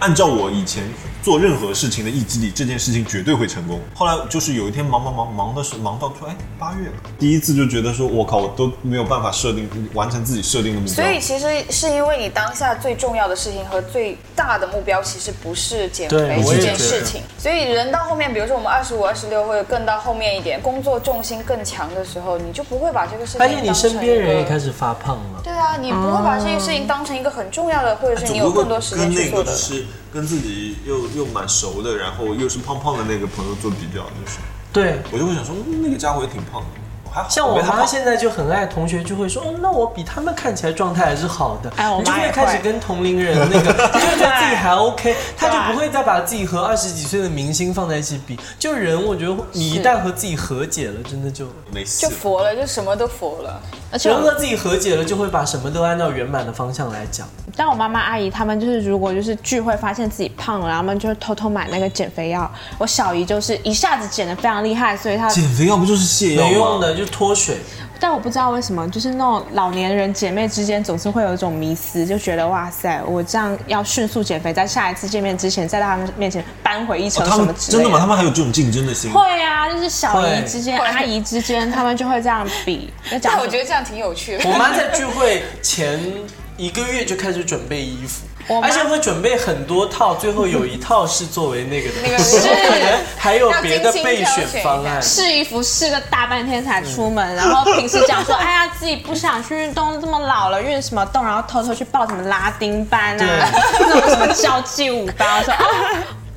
S5: 按照我以前做任何事情的意志力，这件事情绝对会成功。后来就是有一天忙忙忙忙的是忙到说，哎，八月了，第一次就觉得说，我靠，我都没有办法设定完成自己设定的目标。
S6: 所以其实是因为你当下最重要的事情和最大的目标，其实不是减
S7: 对
S6: 肥
S7: 我
S6: 这
S7: 也
S6: 件
S7: 觉得
S6: 事情。所以人到后面，比如说我们二十五、二十六，或者更到后面一点，工作重心更强的时候，你就不会把这个事情
S7: 而
S6: 当成
S7: 且
S6: 一个。
S7: 你身边人也开始发胖了。
S6: 对啊，你不会把这件事情当成一个很重要的，或者是
S5: 只
S6: 你
S7: 哦
S5: 不
S6: 有
S5: 过
S6: 更多时间
S5: 跟
S6: 去
S5: 那
S6: 做
S5: 个
S6: 的
S5: 就。是跟自己又又蛮熟的，然后又是胖胖的那个朋友做比较，就是
S7: 对，
S5: 我就会想说，嗯那个家伙也挺胖的，我还好。
S7: 像我
S5: 没他
S7: 妈
S5: 胖
S7: 现在就很爱同学聚会，说，哦，那我比他们看起来状态还是好的，
S3: 哎我
S7: 你就
S3: 妈也
S7: 会开始
S3: 会
S7: 跟同龄人 那个，就觉得自己还 OK，她就不会再把自己和二十几岁的明星放在一起比。就人，我觉得你一旦和自己和解了，真的就，
S5: 没戏
S6: 就
S5: 了。
S6: 佛了，就什么都佛了。
S3: 而且
S7: 人和
S3: 我
S7: 自己和解了，就会把什么都按照圆满的方向来讲。
S3: 但我妈妈阿姨她们就是，如果就是聚会发现自己胖了，然后她们就会偷偷买那个减肥药。我小姨就是一下子减的非常厉害，所以她，
S5: 减肥要不就是泻药吗啊
S7: 没用的就脱水，
S3: 但我不知道为什么，就是那种老年人姐妹之间总是会有一种迷思，就觉得哇塞，我这样要迅速减肥，在下一次见面之前，在她们面前扳回一
S5: 哦
S3: 城
S5: 他
S3: 什
S5: 们
S3: 么之类
S5: 真的吗？他们还有这种竞争的心？
S3: 会啊，就是小姨之间、
S6: 会
S3: 阿姨之间，她们就会这样比。在讲
S6: 但
S3: 什
S6: 我
S3: 么
S6: 觉得这样挺有趣的。
S7: 我妈在聚会前一个月就开始准备衣服，
S3: 我妈
S7: 而且会准备很多套，最后有一套是作为那个的，
S6: 那个
S7: 然后
S6: 是
S7: 可能还有
S6: 要
S7: 别的
S6: 精心
S7: 备
S6: 挑
S7: 选
S6: 选一
S7: 方
S6: 下
S7: 案。
S3: 试衣服试个大半天才出 门，然后平时讲说，哎呀，自己不想去运动，这么老了运什么动，然后偷偷去报什么拉丁班 啊，那种什么交际舞班，我说啊，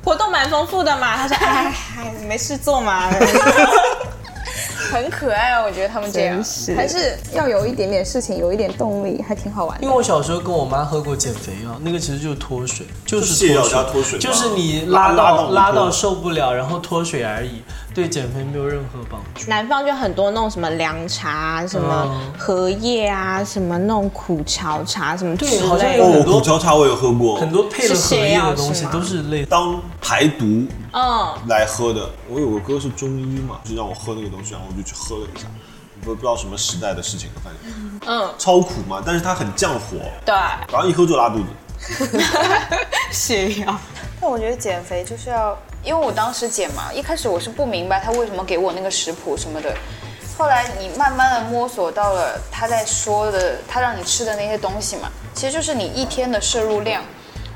S3: 活动蛮丰富的嘛，他说，哎，哎没事做 嘛，
S6: 很可爱啊，我觉得他们这样
S3: 真是
S6: 还是要有一点点事情，有一点动力，还挺好玩的。
S7: 因为我小时候跟我妈喝过减肥药，那个其实就是脱水，就是
S5: 泻药加
S7: 脱
S5: 脱水吗
S7: 就是你拉
S5: 拉
S7: 到
S5: 到
S7: 拉
S5: 不脱
S7: 到受不了，然后脱水而已，对减肥没有任何帮助。
S3: 南方就很多那种什么凉茶啊、什么
S7: 嗯
S3: 荷叶啊、什么那种苦荞茶什么之
S7: 对好像
S3: 类
S7: 有
S3: 的，
S5: 哦，苦荞茶我有喝过，
S7: 很多配了
S3: 是
S7: 荷
S3: 泻
S7: 叶
S3: 药
S7: 的东
S3: 是
S7: 西
S3: 吗
S7: 都是类
S5: 当排毒
S3: 嗯，
S5: 来喝的。我有个哥是中医嘛，就让我喝那个东西，然后我就去喝了一下。不不知道什么时代的事情了，反正，嗯，超苦嘛，但是它很降火，
S3: 对，
S5: 然后一喝就拉肚子。
S3: 泻药。
S6: 但我觉得减肥就是要，因为我当时减嘛，一开始我是不明白他为什么给我那个食谱什么的，后来你慢慢的摸索到了他在说的，他让你吃的那些东西嘛，其实就是你一天的摄入量。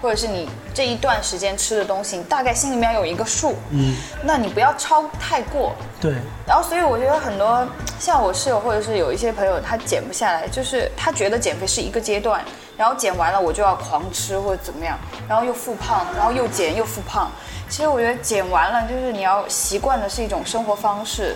S6: 或者是你这一段时间吃的东西，你大概心里面有一个数，嗯，那你不要超太过，
S7: 对，
S6: 然后，所以我觉得很多像我室友或者是有一些朋友，他减不下来，就是他觉得减肥是一个阶段，然后减完了我就要狂吃或者怎么样，然后又复胖，然后又减又复胖。其实我觉得减完了就是你要习惯的是一种生活方式，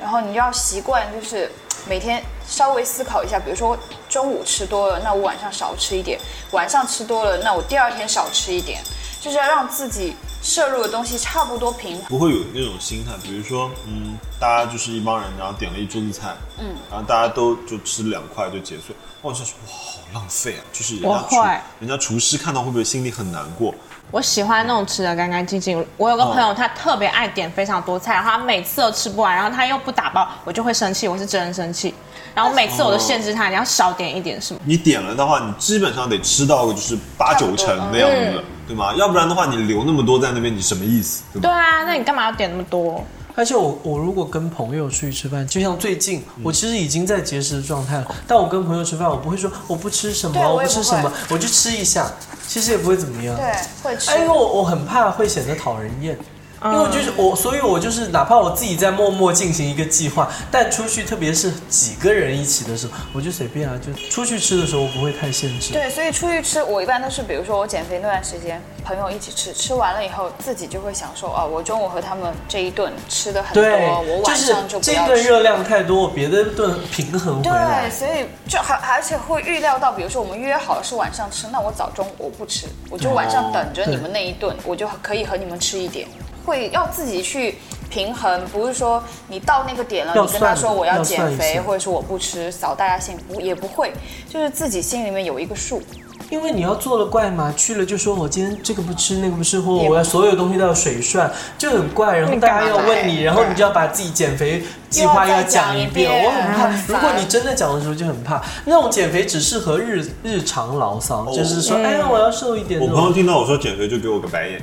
S6: 然后你就要习惯就是每天稍微思考一下，比如说中午吃多了，那我晚上少吃一点；晚上吃多了，那我第二天少吃一点，就是要让自己摄入的东西差不多平衡。
S5: 不会有那种心态，比如说，嗯，大家就是一帮人，然后点了一桌子菜，嗯，然后大家都就吃两块就结束。我想说，哇，好浪费啊！就是人
S3: 我
S5: 家厨
S3: 会
S5: 人家厨师看到会不会心里很难过？
S3: 我喜欢那种吃的干干净净。我有个朋友，
S5: 哦
S3: 他特别爱点非常多菜，然后他每次都吃不完，然后他又不打包，我就会生气，我是真的生气。然后每次我都限制他，你要少点一点什么。
S5: 你点了的话，你基本上得吃到就是八九成那样子的，对吗？要不然的话，你留那么多在那边，你什么意思？对吧？
S3: 对啊，那你干嘛要点那么多？
S7: 而且我我如果跟朋友出去吃饭，就像最近
S6: 嗯
S7: 我其实已经在节食的状态了，但我跟朋友吃饭，我不会说我不吃什么，
S6: 对我也
S7: 我不吃什么
S6: 不，
S7: 我就吃一下，其实也不会怎么样。
S6: 对，会吃。
S7: 哎，因为我我很怕会显得讨人厌。
S6: 嗯
S7: 因为我就是我，所以我就是哪怕我自己在默默进行一个计划，但出去特别是几个人一起的时候，我就随便啊，就出去吃的时候我不会太限制。
S6: 对，所以出去吃，我一般都是，比如说我减肥那段时间，朋友一起吃，吃完了以后，自己就会享受啊，我中午和他们这一顿吃的很多，我
S7: 就
S6: 晚
S7: 是
S6: 上就不
S7: 这
S6: 要
S7: 顿
S6: 吃。
S7: 热量太多，我别的顿平衡回来
S6: 对，。所以就还而且会预料到，比如说我们约好是晚上吃，那我早中我不吃，我就晚上等着你们那一顿，我就可以和你们吃一点，会要自己去平衡，不是说你到那个点了，
S7: 要
S6: 你跟他
S7: 算的
S6: 说我
S7: 要
S6: 减
S7: 算一
S6: 肥，
S7: 下
S6: 或者是我不吃，扫大家兴不也不会，就是自己心里面有一个数。
S7: 因为你要做了怪嘛，去了就说我今天这个不吃那个不吃，或我要所有东西都要水涮，就很怪。然后大家要问你，然后你就要把自己减肥计划要讲一遍，
S6: 又要再
S7: 我
S6: 讲
S7: 很
S6: 一遍
S7: 怕
S6: 很。
S7: 如
S6: 烦
S7: 果你真的讲的时候就很怕，那种减肥只适合日
S6: 嗯
S7: 日常牢骚，就是说，哎呀，我要瘦一点。
S5: 哦我
S7: 那
S5: 朋
S7: 种。
S5: 友听到我说减肥就给我个白眼，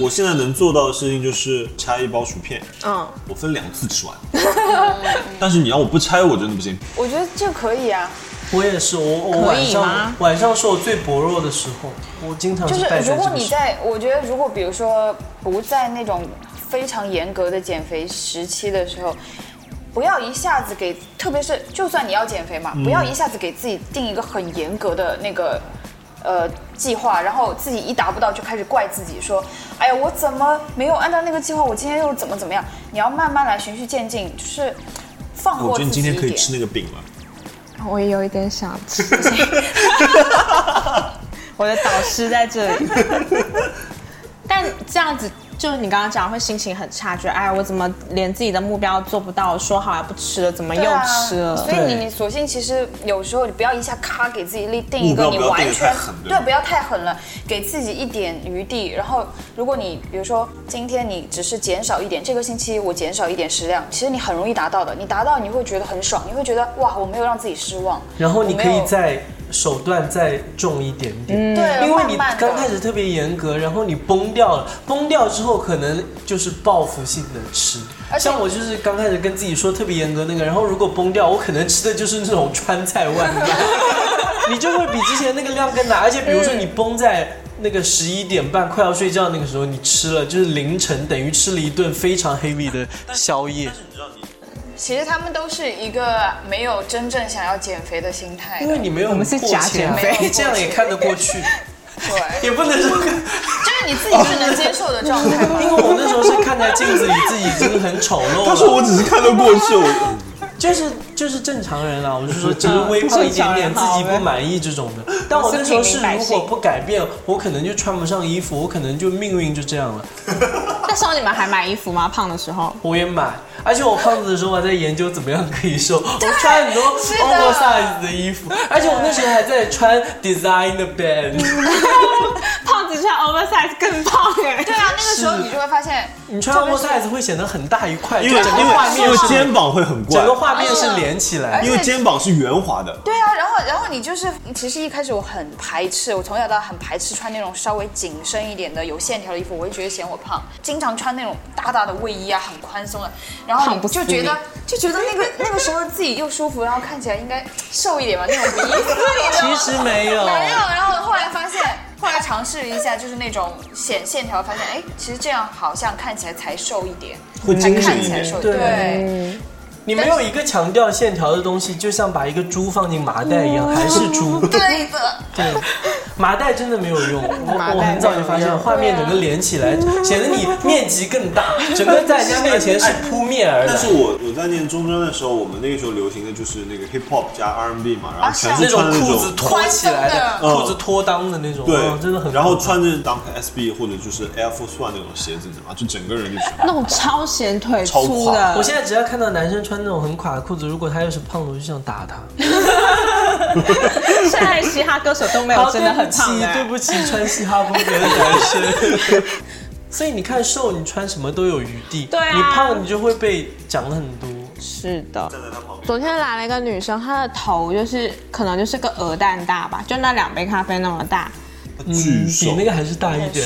S5: 我现在能做到的事情就是拆一包薯片，
S3: 嗯，
S5: 我分两次吃完。但是你让我不拆，我真的不行。
S6: 我觉得这可以啊，
S7: 我也是，我我
S3: 可
S7: 晚
S3: 以吗
S7: 上晚上是我最薄弱的时候，我经常
S6: 就是
S7: 败
S6: 是
S7: 在
S6: 如
S7: 这
S6: 果
S7: 个
S6: 你
S7: 时候
S6: 在，我觉得如果比如说不在那种非常严格的减肥时期的时候。不要一下子给，特别是就算你要减肥嘛，不
S5: 嗯
S6: 要一下子给自己定一个很严格的那个呃计划，然后自己一达不到就开始怪自己，说，哎呀，我怎么没有按照那个计划，我今天又怎么怎么样？你要慢慢来，循序渐进，就是放
S5: 我
S6: 过
S5: 觉得
S6: 自己一
S5: 你哦今天
S6: 点。
S5: 可以吃那个饼了。
S3: 我也有一点想吃。我的导师在这 里。但这样子，就是你刚刚讲会心情很差，觉得哎，我怎么连自己的目标做不到？我说好要不吃了，怎么又
S6: 对啊
S3: 吃了？
S6: 所以
S7: 对
S6: 你你索性其实有时候你不要一下咔给自己立定一
S5: 目
S6: 个
S5: 标
S6: 你
S5: 不要定
S6: 完
S5: 得
S6: 全
S5: 太狠对
S6: 对，不要太狠了，给自己一点余地。然后如果你比如说今天你只是减少一点，这个星期我减少一点食量，其实你很容易达到的。你达到你会觉得很爽，你会觉得哇我没有让自己失望。
S7: 然后你
S6: 我
S7: 可
S6: 没
S7: 以
S6: 有
S7: 再手段再重一点点，
S6: 对
S7: 因为你
S6: 慢慢地
S7: 刚开始特别严格，然后你崩掉了，崩掉之后可能就是报复性的吃。
S6: 而且
S7: 像我就是刚开始跟自己说特别严格那个，然后如果崩掉，我可能吃的就是那种川菜万面，你就会比之前那个量更大。而且比如说你崩在那个十一点半快要睡觉那个时候，你吃了就是凌晨，等于吃了一顿非常 heavy 的宵夜。
S6: 其实他们都是一个没有真正想要减肥的心态
S7: 因
S6: 的
S7: 为你没有
S3: 我们是假
S7: 过钱
S3: 减
S6: 肥
S7: 没有这样也看得过去，
S6: 对，
S7: 也不能说。
S6: 就是你自己是能接受的状 态吗？
S7: 因为我那时候是看在镜子里自己已经很丑陋
S5: 他说
S7: 了，
S5: 我只是看得过去，我
S7: 就是就是正常人啊啦，我是说只是微胖一点点，自己不满意这种的。但我那时候是如果不改变，我可能就穿不上衣服，我可能就命运就这样了。
S3: 那时候你们还买衣服吗？胖的时候，
S7: 我也买，而且我胖子的时候我还在研究怎么样可以瘦，我穿很多
S6: 的
S7: oversize 的衣服，而且我那时候还在穿 designer band，
S3: 胖子穿 oversize 更胖哎、
S6: 对啊，那个时候
S7: 是
S6: 你就会发现，
S7: 你穿 oversize 会显得很大一块，
S5: 因
S7: 就
S5: 为
S7: 整
S5: 因
S7: 哎个画
S5: 为
S7: 面
S5: 因为
S7: 是
S5: 肩膀会很怪
S7: 整，个画面是连起来的。
S5: 因为肩膀是圆滑的。
S6: 对啊，然后然后你就是，其实一开始我很排斥，我从小到大很排斥穿那种稍微紧身一点的、有线条的衣服，我就觉得嫌我胖。经常穿那种大大的卫衣啊，很宽松的，然后
S3: 胖不
S6: 你
S3: 死
S6: 就觉
S3: 你
S6: 得就觉得那个那个时候自己又舒服，然后看起来应该瘦一点吧，那种迷思，你知道
S7: 其
S6: 吗？
S7: 实没有，
S6: 没有，然后后来发现，后来尝试一下，就是那种显线条，发现哎，其实这样好像看起来才瘦一点，
S5: 会
S6: 才
S5: 精神
S6: 看
S5: 一
S6: 起来
S5: 点
S6: 瘦一点。
S7: 对
S6: 对
S7: 你没有一个强调线条的东西，就像把一个猪放进麻袋一样，
S3: 哦
S7: 还是 猪。
S6: 对的，
S7: 对，麻袋真的没有用。
S3: 麻袋
S7: 我我很早就发
S3: 没有
S7: 现，
S3: 用啊
S7: 画面整个连起来，显得你面积更大，整个在人家面前是扑面而
S5: 但是
S7: 来。
S5: 我我在念中专的时候，我们那个时候流行的就是那个 hip hop 加 R&B 嘛，然后 全
S7: 啊那
S5: 是
S7: 种
S5: 穿的那
S7: 裤
S5: 种
S7: 子拖起来的，
S5: 嗯
S7: 裤子脱裆的那种，
S5: 对
S7: 嗯，真的很。
S5: 然后穿着 Dunk SB 或者就是 Air Force One 那种鞋子，你知道吗？就整个人就是
S3: 那种超显腿
S5: 超
S3: 粗
S5: 垮
S7: 我
S3: 的，
S7: 现在只要看到男生穿那种很垮的裤子，如果他要是胖的，我就想打他。
S3: 现在嘻哈歌手都没有
S7: 好
S3: 真的很胖的、
S7: 对 不起，对不起，穿嘻哈风格的男生。 所以你看瘦，你穿什么都有余地。
S3: 对啊
S7: 你胖你就会被讲很多。
S3: 是的。
S5: 站在他旁边。
S3: 昨天来了一个女生，她的头就是可能就是个鹅蛋大吧，就那两杯咖啡那么大。
S5: 巨
S7: 嗯比
S5: 瘦，
S7: 那个还是大一点。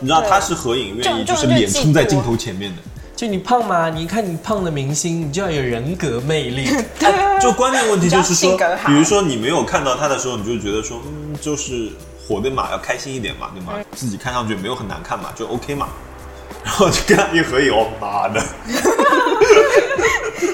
S5: 你知道他是合影，愿意
S6: 这
S5: 就
S6: 种
S5: 是脸冲在镜头前面的。
S7: 就你胖嘛，你看你胖的明星，你就要有人格魅力。
S5: 就关键问题就是说
S3: 比较性格，好
S5: 比如说你没有看到他的时候，你就觉得说，嗯，就是活的嘛，要开心一点嘛，对吗？
S3: 嗯
S5: 自己看上去没有很难看嘛，就 OK 嘛。 然后就跟他一合影，我妈的，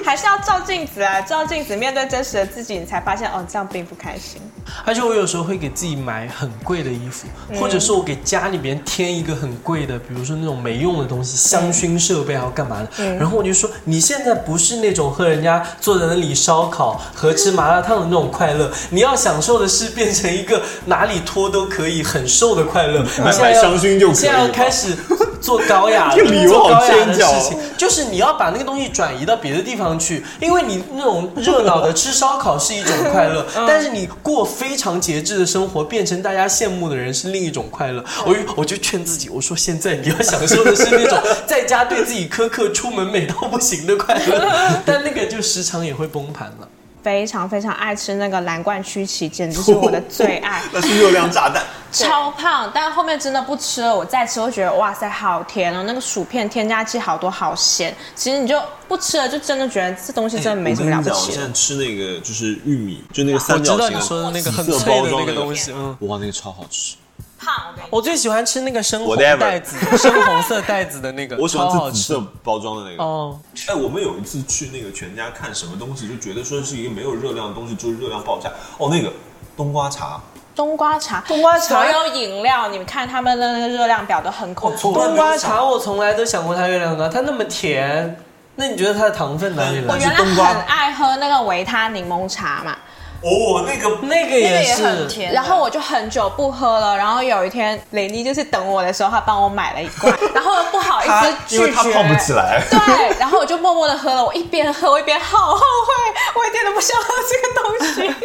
S3: 还是要照镜子啊，照镜子面对真实的自己，你才发现哦，这样并不开心。
S7: 而且我有时候会给自己买很贵的衣服，或者是我给家里边添一个很贵的，比如说那种没用的东西，香薰设备还啊要干嘛的。然后我就说，你现在不是那种和人家坐在那里烧烤和吃麻辣烫的那种快乐，你要享受的是变成一个哪里脱都可以很瘦的快乐。你现在
S5: 嗯买
S7: 要
S5: 香薰就可以
S7: 你现在要
S5: 了
S7: 开始做高雅
S5: 这个理由
S7: 啊做高
S5: 好
S7: 雅的
S5: 尖啊角
S7: 事情，就是你要把那个东西转移到别的地方去，因为你那种热闹的吃烧烤是一种快乐，
S5: 嗯
S7: 但是你过非常节制的生活，变成大家羡慕的人是另一种快乐。我就我就劝自己，我说现在你要享受的是那种在家 对自己苛刻、出门美到不行的快乐，但那个就时常也会崩盘了。
S3: 非常非常爱吃那个蓝罐曲奇，简直是我
S5: ，
S3: 的最爱
S5: 那是热 量炸弹。
S3: 超胖。但后面真的不吃了，我再吃会觉得哇塞，好甜哦！那个薯片添加剂好多，好咸。其实你就不吃了，就真的觉得这东西真的没什么了不
S5: 我跟你讲我
S3: 起
S5: 现
S3: 的。
S5: 在吃那个就是玉米，就那个
S7: 我
S5: 三
S7: 知
S5: 角
S7: 道
S5: 形
S7: 你说的那个很
S5: 紫色
S7: 脆
S5: 包
S7: 的
S5: 装
S7: 那个东西，嗯，
S5: 哇，那个超好吃。
S3: 胖，我跟你
S7: 我最喜欢吃那个深红
S5: Whatever
S7: 袋子，深红色袋子的那个，
S5: 我喜
S7: 超好
S5: 欢吃紫
S7: 吃
S5: 色。包装的那个。
S7: 哦，
S5: 哎，我们有一次去那个全家看什么东西，就觉得说是一个没有热量的东西，就是热量爆炸。哦，那个冬瓜茶，
S3: 冬瓜茶，
S7: 冬瓜茶
S3: 所有饮料，你们看他们的那个热量表都很恐怖。
S7: 冬瓜茶我从来都想过它热量高，它那么甜，那你觉得它的糖分哪里
S3: 我
S7: 来？
S3: 原来
S5: 冬瓜
S3: 很爱喝那个维他柠檬茶嘛，
S5: 哦，那个
S7: 那个
S6: 那个
S7: 也
S6: 也很
S7: 是，
S6: 甜的。
S3: 然后我就很久不喝了，然后有一天雷妮就是等我的时候，她帮我买了一罐，然后不好意
S5: 它
S3: 思哎拒
S5: 因为
S3: 绝，
S5: 它泡不起来。
S3: 对，啊然后我就默默的喝了，我一边喝我一边好后悔，我一点都不想喝这 个东西，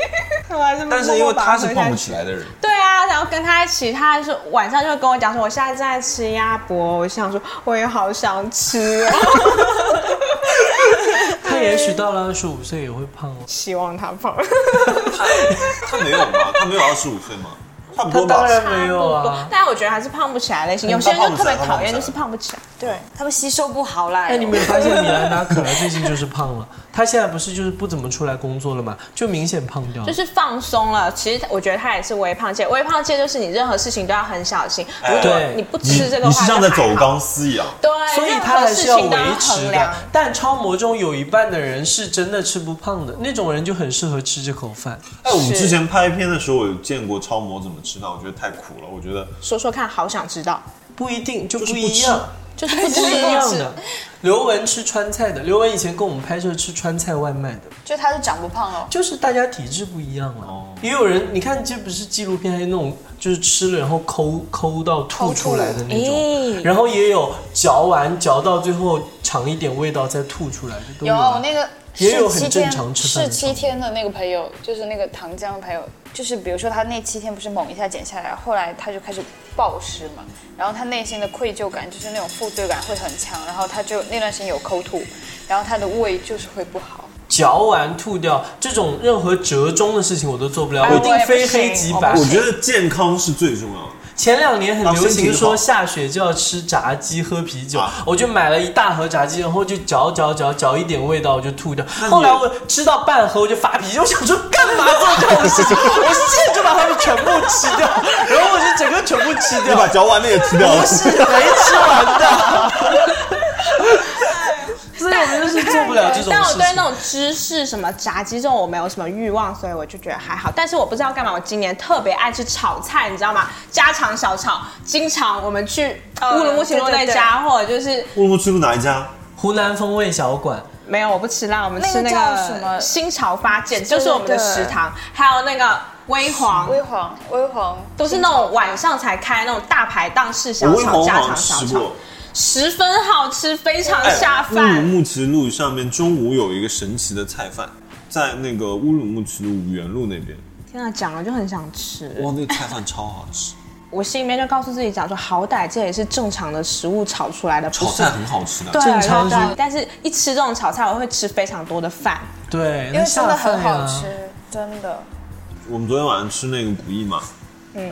S3: 我还是默默
S5: 但是因为
S3: 把它
S5: 他
S3: 喝
S5: 是
S3: 下
S5: 胖不
S3: 去
S5: 起来的人，
S3: 对啊，然后跟他一起，他还是晚上就会跟我讲说，我下次再吃鸭脖，我想说我也好想吃、啊，
S7: 它也许到了二十五岁也会胖哦。
S3: 希望他胖。
S5: 他没有吗？他没有二十五岁吗？差不多
S7: 他
S5: 吧
S7: 当。然没有啊。
S3: 但我觉得还是胖不起来类型，有些人就特别讨厌，就是胖不起来。
S6: 对他们吸收不好啦。
S7: 那你没有发现米兰达可儿最近就是胖了？她现在不是就是不怎么出来工作了嘛，就明显胖掉了。
S3: 就是放松了，其实我觉得它也是微胖界。微胖界就是你任何事情都要很小心，如果
S7: 对
S3: 你不
S5: 你
S3: 吃这个
S5: 你
S3: 话，
S5: 是像在走，钢丝一样。
S3: 对，
S7: 所以
S3: 任何
S7: 它还
S3: 事
S7: 是要
S3: 情
S7: 维
S3: 都要
S7: 持
S3: 衡
S7: 的
S3: 量。。
S7: 但超模中有一半的人是真的吃不胖的，那种人就很适合吃这口饭。
S5: 哎，我们
S3: 是
S5: 之前拍片的时候，我有见过超模怎么吃饭，我觉得太苦了。我觉得
S3: 说说看，好想知道，
S7: 不一定就不一样，
S3: 就是不吃
S7: 不一样
S3: 的。
S7: 的。刘雯吃川菜的，刘雯以前跟我们拍摄吃川菜外卖的，
S6: 就他是长不胖哦。
S7: 就是大家体质不一样了。也有人，你看这不是纪录片，还有那种就是吃了然后抠抠到吐出来的那种，
S3: 哎
S7: 然后也有嚼完嚼到最后尝一点味道再吐出来的都
S6: 有
S7: 有
S6: 啊，我那个
S7: 嗯也有
S6: 十七
S7: 很正
S6: 天
S7: 常吃饭
S6: 是
S7: 的时候
S6: 七天的那个朋友，就是那个糖浆的朋友，就是比如说他那七天不是猛一下减下来，后来他就开始暴食嘛，然后他内心的愧疚感就是那种负罪感会很强，然后他就那段时间有抠吐，然后他的胃就是会不好。
S7: 嚼完吐掉这种任何折中的事情我都做不了，
S3: 哎
S7: 我一定
S3: 我也不
S7: 非
S3: 行
S7: 黑即
S3: 我
S7: 白。
S5: 我觉得健康是最重要的。
S7: 前两年很流
S5: 啊身体
S7: 行
S5: 好
S7: 说下雪就要吃炸鸡喝啤酒
S5: 啊，
S7: 我就买了一大盒炸鸡，然后就嚼嚼嚼嚼一点味道我就吐掉。
S5: 那你
S7: 后来我吃到半盒我就发脾气，我想说干嘛做这 种事情？我现在就把它们全部吃掉， 然后我就整个全部吃
S5: 你
S7: 掉
S5: 把，嚼完的也吃掉了
S7: 不。是没吃完的。所以我们就是做不了这种
S3: 但我
S7: 事
S3: 对那
S7: 情。
S3: 种芝士什么炸鸡这种我没有什么欲望，所以我就觉得还好。但是我不知道干嘛，我今年特别爱吃炒菜，你知道吗？家常小炒，经常我们去
S6: 嗯
S3: 乌鲁木齐路那
S6: 对对对
S3: 家，或者就是
S5: 乌鲁木齐路哪一家？
S7: 湖南风味小馆，
S3: 没有，我不吃辣，我们吃那
S6: 那个叫什
S3: 个
S6: 么
S3: 新潮发件，就是我们的食堂，还有那个微黄，
S6: 微黄，微黄
S3: 都是那种晚上才开那种大排档式小
S5: 我微
S3: 炒、
S5: 黄
S3: 家
S5: 好
S3: 常
S5: 像
S3: 小
S5: 吃
S3: 炒
S5: 过，。
S3: 十分好吃，非常
S5: 哎
S3: 下
S5: 乌鲁
S3: 饭。
S5: 木齐路上面中午有一个神奇的菜饭，在那个乌鲁木齐路五原路那边。
S3: 天啊，讲了就很想吃。
S5: 哇，那个菜饭超好吃，
S3: 我心里面就告诉自己讲说，好歹这也是正常的食物炒出来的，不
S5: 炒
S3: 是
S5: 菜很好吃的。
S3: 对啊
S7: 正常
S3: 对
S7: 是
S3: 对但是一吃这种炒菜，我会吃非常多的饭。
S7: 对，
S6: 因
S7: 那
S6: 为真的
S7: 哎下饭
S6: 很好
S7: 呀
S6: 吃，真的。
S5: 我们昨天晚上吃那个古意嘛，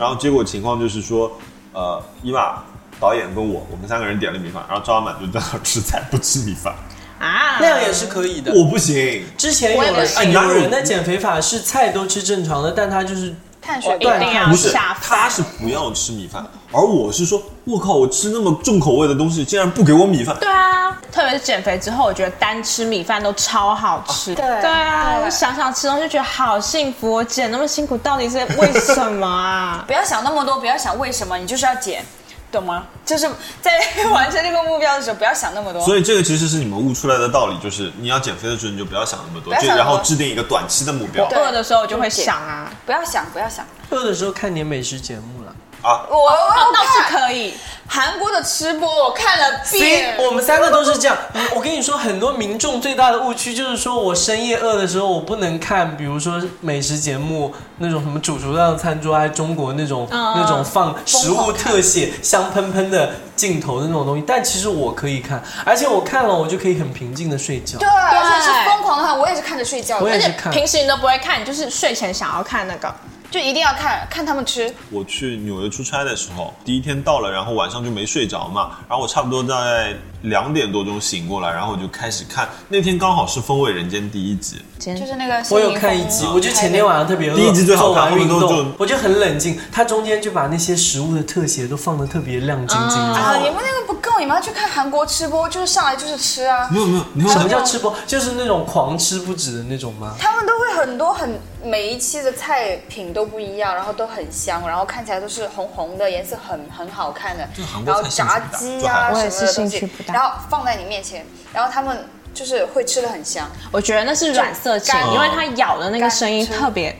S5: 然后结果情况就是说，呃，伊娃导演跟我，我们三个人点了米饭，然后赵老板就在那儿吃菜不吃 米饭，
S3: 啊，
S7: 那样也是可以的。
S5: 我不行。
S7: 之前有
S3: 我也不
S7: 人
S3: 行
S7: 哎有人的减肥法是菜都吃正常的，但他就是
S6: 碳水
S3: 一定要
S5: 不是，
S3: 下
S5: 他
S3: 饭。
S5: 是不要吃米饭，而我是说，我靠，我吃那么重口味的东西，竟然不给我米饭，
S3: 对啊，特别是减肥之后，我觉得单吃米饭都超好吃。对啊，
S6: 对？
S3: 我想想吃东西就觉得好幸福。我减那么辛苦，到底是为什么啊
S6: 不要想那么多，不要想为什么，你就是要减， 懂吗？就是在完成这个目标的时候，不要想那么多。
S5: 所以这个其实是你们悟出来的道理，就是你要减肥的时候，你就不要想那么多，
S6: 不要
S5: 就
S6: 想那么
S5: 然
S6: 多
S5: 后制定一个短期的目标
S3: 我。饿的时候我就会想啊，
S6: 不要想，不要想，
S7: 饿的时候看点美食节目了。
S5: 啊，
S6: 我我
S3: 哦倒是可以。
S6: 哦韩国的吃播我看了
S7: C，
S6: 遍，
S7: 我们三个都是这样。我跟你说，很多民众最大的误区就是说，我深夜饿的时候，我不能看，比如说美食节目那种什么《煮熟饭餐桌》，还是中国那种、
S6: 嗯
S7: 那种放食物特写、香喷喷的镜头的那种东西。但其实我可以看，而且我看了，我就可以很平静的睡觉。
S6: 对，而且是疯狂的话，我也是看着睡觉的，
S7: 我也
S6: 而
S7: 是
S6: 且
S7: 看
S3: 平时你都不会看，就是睡前想要看那个。
S6: 就一定要看看他们吃。
S5: 我去纽约出差的时候，第一天到了，然后晚上就没睡着嘛，然后我差不多在两点多钟醒过来，然后我就开始看，那天刚好是《风味人间》第一集，
S6: 就是那个
S7: 我
S6: 谢
S7: 有
S6: 霆
S7: 看
S6: 锋
S7: 一集，我就前天晚上特别饿，
S5: 第一集最好
S7: 做
S5: 看
S7: 完
S5: 后面
S7: 运
S5: 都
S7: 动
S5: 就，
S7: 我就很冷静。它中间就把那些食物的特写都放的特别亮晶晶的。
S6: 啊，你们那个不够，你们要去看韩国吃播，就是上来就是吃啊，
S5: 没有没有，你看
S7: 什么
S5: 我
S7: 叫吃播？就是那种狂吃不止的那种吗？
S6: 他们都会很多很每一期的菜品都不一样，然后都很香，然后看起来都是红红的，颜色很很好看的
S5: 对韩，国
S6: 然后
S5: 菜
S6: 炸
S5: 兴趣不大
S6: 鸡
S5: 就还
S6: 啊
S5: 好
S3: 我
S6: 什
S3: 也
S6: 么
S3: 是
S6: 的东
S3: 兴趣
S6: 西
S3: 不，大
S6: 然后放在你面前，然后他们就是会吃的很香。
S3: 我觉得那是软色情
S6: 干，
S3: 因为它咬的那个声音
S6: 干吃
S3: 特别。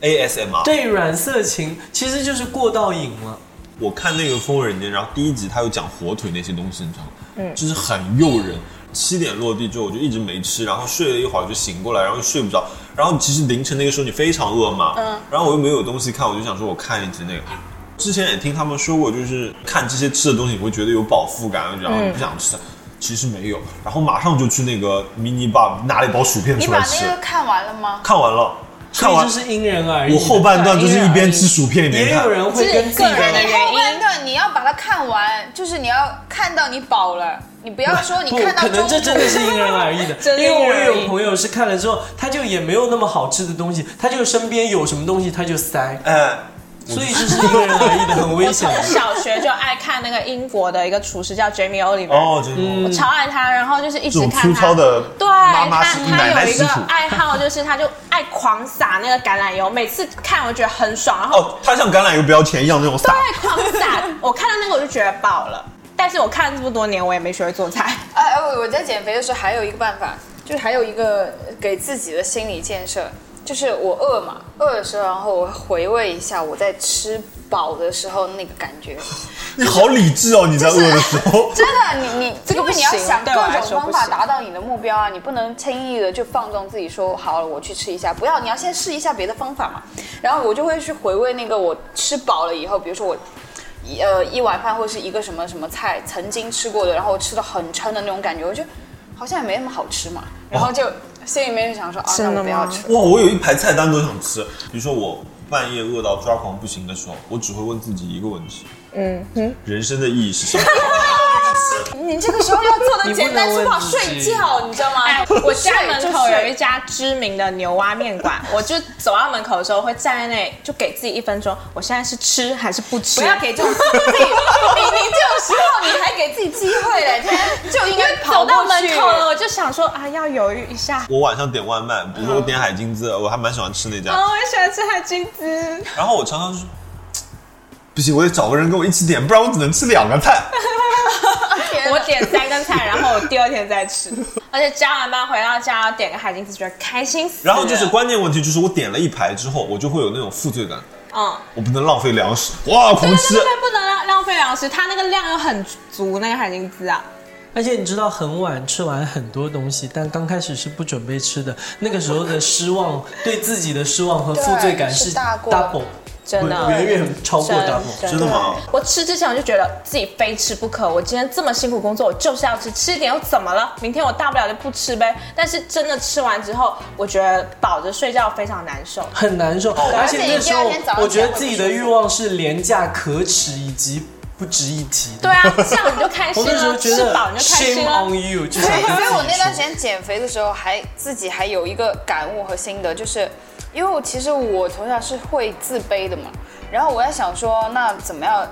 S5: ASMR，
S7: 对，软色情其实就是过到瘾了。
S5: 我看那个《风味人间》，然后第一集他有讲火腿那些东西，你知道吗？嗯，就是很诱人。七点落地之后，我就一直没吃，然后睡了一会儿就醒过来，然后又睡不着。然后其实凌晨那个时候你非常饿嘛，嗯，然后我又没有东西看，我就想说我看一集那个。之前也听他们说过，就是看这些吃的东西，你会觉得有饱腹感，然后你不想吃。其实没有，然后马上就去那个 mini bar 拿了一包薯片
S6: 你
S5: 出
S6: 把
S5: 来吃
S6: 那。个看完了吗？
S5: 看完了，
S7: 所
S5: 看
S7: 以
S5: 完
S7: 就，是因人而异。
S5: 我后半段就是一边吃薯片一边
S7: 也
S5: 看
S7: 有。人会跟自己
S3: 个人的
S7: 的
S3: 原
S6: 你
S3: 因
S6: 后半段你要把它看完，就是你要看到你饱了，你不要说你
S7: 不
S6: 看到
S7: 可能，
S6: 中
S7: 这
S6: 途
S7: 真的是因人而异的
S3: 真，的
S7: 因为我
S3: 因
S7: 也
S3: 人而异
S7: 有朋友是看了之后，他就也没有那么好吃的东西，他就身边有什么东西他就塞，
S5: 哎，
S7: 所以就是因人而异的，很危
S3: 我
S7: 险
S3: 从
S7: 的。
S3: 小学就爱看那个英国的一个厨师叫 Jamie Oliver，、
S5: 哦，真的。
S7: 嗯
S3: 我超爱他，然后就是一直
S5: 这种
S3: 看
S5: 粗
S3: 他。
S5: 糙的
S3: 对，
S5: 妈妈
S3: 他
S5: 食谱
S3: 他
S5: 奶奶
S3: 有一
S5: 食
S3: 个
S5: 谱
S3: 爱好，就是他就爱狂撒那个橄榄油，每次看我觉得很爽，然后
S5: 哦，它像橄榄油标签一样那种撒。
S3: 爱狂撒，我看到那个我就觉得饱了。但是我看了这么多年，我也没学会做 菜。
S6: 哎哎，我我在减肥的时候还有一个办法，就是还有一个给自己的心理建设，就是我饿嘛，饿的时候，然后我回味一下我在吃饱的时候那个感觉，
S5: 你好理智哦，你在饿的时候。
S6: 真的，你你
S3: 这个
S6: 因为
S3: 不
S6: 你要
S3: 行
S6: 想各
S3: 对我来
S6: 种
S3: 说不
S6: 方法
S3: 行
S6: 达到你的目标啊，你不能轻易的就放纵自己说好了我去吃一下，不要，你要先试一下别的方法嘛。然后我就会去回味那个我吃饱了以后，比如说我。一呃，一碗饭或者是一个什么什么菜，曾经吃过的，然后我吃的很撑的那种感觉，我就好像也没那么好吃嘛，然后就心里面就想说啊，那
S3: 真的
S6: 我不要
S3: 吗
S6: 吃。
S5: 哇，我有一排菜单都想吃。比如说我半夜饿到抓狂不行的时候，我只会问自己一个问题：嗯人生的意 义是什么？
S6: 你这个时候要做的
S7: 你不
S6: 简单粗
S7: 能
S6: 暴，
S7: 问自
S6: 睡
S7: 己
S6: 觉，你知道吗？
S3: 哎，我家门口有一
S6: 一
S3: 家知名的牛蛙面 馆，我就走到门口的时候会站在那里，就给自己一分钟，我现在是吃还是不吃？
S6: 不要给这种自己，你你这种时候你还给自己机会嘞， 天，就应该跑
S3: 走
S6: 过
S3: 到
S6: 去
S3: 门口了，我就想说啊，要犹豫一 下。
S5: 我晚上点外卖，比如说我点海金子，
S3: 哦
S5: 我还蛮喜欢吃那家。
S3: 啊，我也喜欢吃海金子，
S5: 然后我常常就是，不行，我得找个人跟我一起点，不然我只能吃两个菜。
S3: 我点三根菜，然后我第二天再 吃，而且加完班回到家要点个海金子，觉得开心死了。
S5: 然后就是关键问题，就是我点了一排之后，我就会有那种负罪感，
S3: 嗯。
S5: 我不能浪费粮食，哇，狂吃
S3: 对。对，不能浪浪费粮食，它那个量又很足，那个海金丝啊。
S7: 而且你知道，很晚吃完很多东西，但刚开始是不准备吃的，那个时候的失望，对自己的失望和负罪感
S6: 对
S7: 是
S6: 是大过
S7: double，
S3: 真的
S7: 不远远超过 double。
S5: 真的吗？
S3: 我吃之前我就觉得自己非吃不可，我今天这么辛苦工作，我就是要吃，吃一点又怎么了？明天我大不了就不吃呗。但是真的吃完之后，我觉得饱着睡觉非常难受。
S7: 很难受，而且那时
S6: 而且你第二
S7: 候
S6: 天早上
S7: 我觉得自己的欲望是廉价、可耻以及不值一提的。
S3: 对 啊，这样你就开
S7: 我
S3: 心
S7: 那时候
S3: 了，
S7: 觉
S3: 吃
S7: 得
S3: 饱你就开心啊哦了
S7: shame on。you，就
S6: 所
S7: 想
S6: 以，
S7: 跟自
S6: 所
S7: 己
S6: 以我那段时
S7: 说
S6: 间减肥的时候还，自己还有一个感悟和心得，就是因为我其实我从小是会自卑的嘛，然后我在想说，那怎么样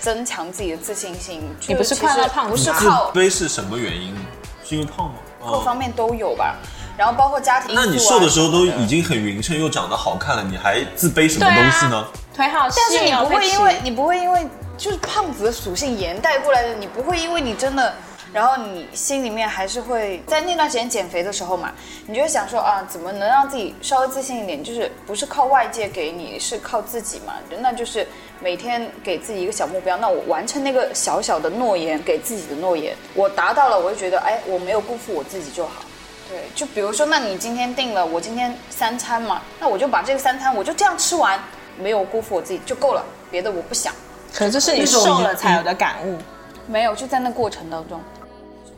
S6: 增强自己的自信心？
S3: 你不是快乐胖子吗
S6: 不是
S5: 自
S6: 靠
S5: 卑是什么原因？是因为胖吗？
S6: 各
S5: 哦
S6: 方面都有吧，然后包括家庭因素啊。
S5: 那你瘦的时候都
S6: 什么的
S5: 已经很匀称又长得好看了，你还自卑什么
S3: 对
S5: 东西呢
S3: 啊？，腿好细，
S6: 但是你
S3: 哦有
S6: 不
S3: 被
S6: 会
S3: 吃
S6: 因为你不会因为就是胖子的属性延带过来的，你不会因为你真的然后你心里面还是会在那段时间减肥的时候嘛，你就会想说啊，怎么能让自己稍微自信一点？就是不是靠外界给你，是靠自己嘛。那就是每天给自己一个小目标，那我完成那个小小的诺言，给自己的诺言，我达到了，我就觉得哎，我没有辜负我自己就好。对，就比如说，那你今天定了我今天三餐嘛，那我就把这个三餐我就这样吃完，没有辜负我自己就够了，别的我不想。
S3: 可能就是你瘦了嗯才有的感悟。
S6: 没有，就在那过程当中。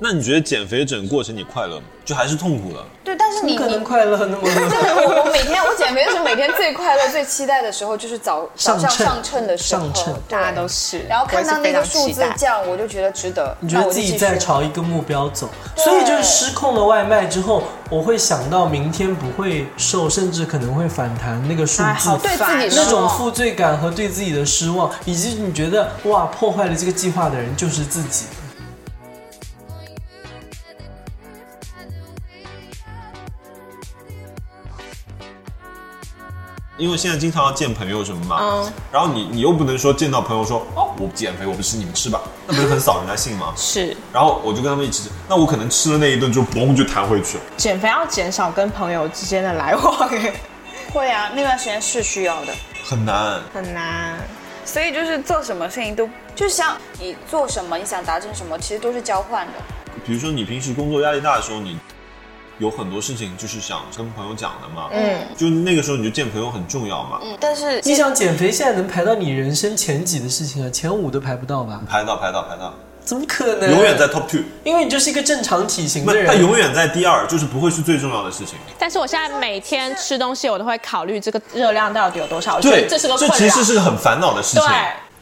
S5: 那你觉得减肥整个过程你快乐吗？就还是痛苦了？
S6: 对，但是你
S7: 可能
S6: 你
S7: 快乐那么
S6: 我我每天我减肥的时候，每天最快乐、最期待的时候就是早早上
S7: 秤
S6: 上秤的时候
S7: 上秤，
S6: 对
S9: 大家都是
S6: 然后看到那个
S9: 我也是非常
S6: 数
S9: 期
S6: 字
S9: 待
S6: 降，我就觉得值得。
S7: 你觉得
S6: 那我
S7: 自
S6: 就继
S7: 己
S6: 续
S7: 在朝一个目标走，所以就是失控了外卖之后，我会想到明天不会瘦，甚至可能会反弹那个数
S9: 哎
S7: 字
S9: 好。
S6: 对自己
S9: 烦
S6: 失
S7: 那种
S6: 望
S7: 负罪感和对自己的失望，以及你觉得哇，破坏了这个计划的人就是自己。
S5: 因为现在经常要见朋友什么嘛，
S9: 嗯
S5: 然后你你又不能说见到朋友说哦我减肥我不吃你们吃吧，那不是很扫人家兴吗？
S3: 是
S5: 然后我就跟他们一起吃，那我可能吃了那一顿就嘣就弹回去了。
S9: 减肥要减少跟朋友之间的来往，哎
S6: 会啊，那段时间是需要的。
S5: 很难。
S9: 很难。
S6: 所以就是做什么事情都，就像你做什么，你想达成什么，其实都是交换的。
S5: 比如说你平时工作压力大的时候，你有很多事情就是想跟朋友讲的嘛，嗯，就那个时候你就见朋友很重要嘛，
S6: 嗯，但是
S7: 你想减肥，现在能排到你人生前几的事情啊，前五都排不到吧？
S5: 拍到拍到拍到，
S7: 怎么可能？
S5: 永远在，top two，
S7: 因为你就是一个正常体型
S5: 不
S7: 的
S5: 是，他
S7: 人。
S5: 永远在第二，就是不会是最重要的事情。
S9: 但是我现在每天吃东西，我都会考虑这个
S3: 热量到底有多少？我觉得这是个
S5: 这
S3: 困
S5: 其
S3: 扰
S5: 实。是个很烦恼的事情。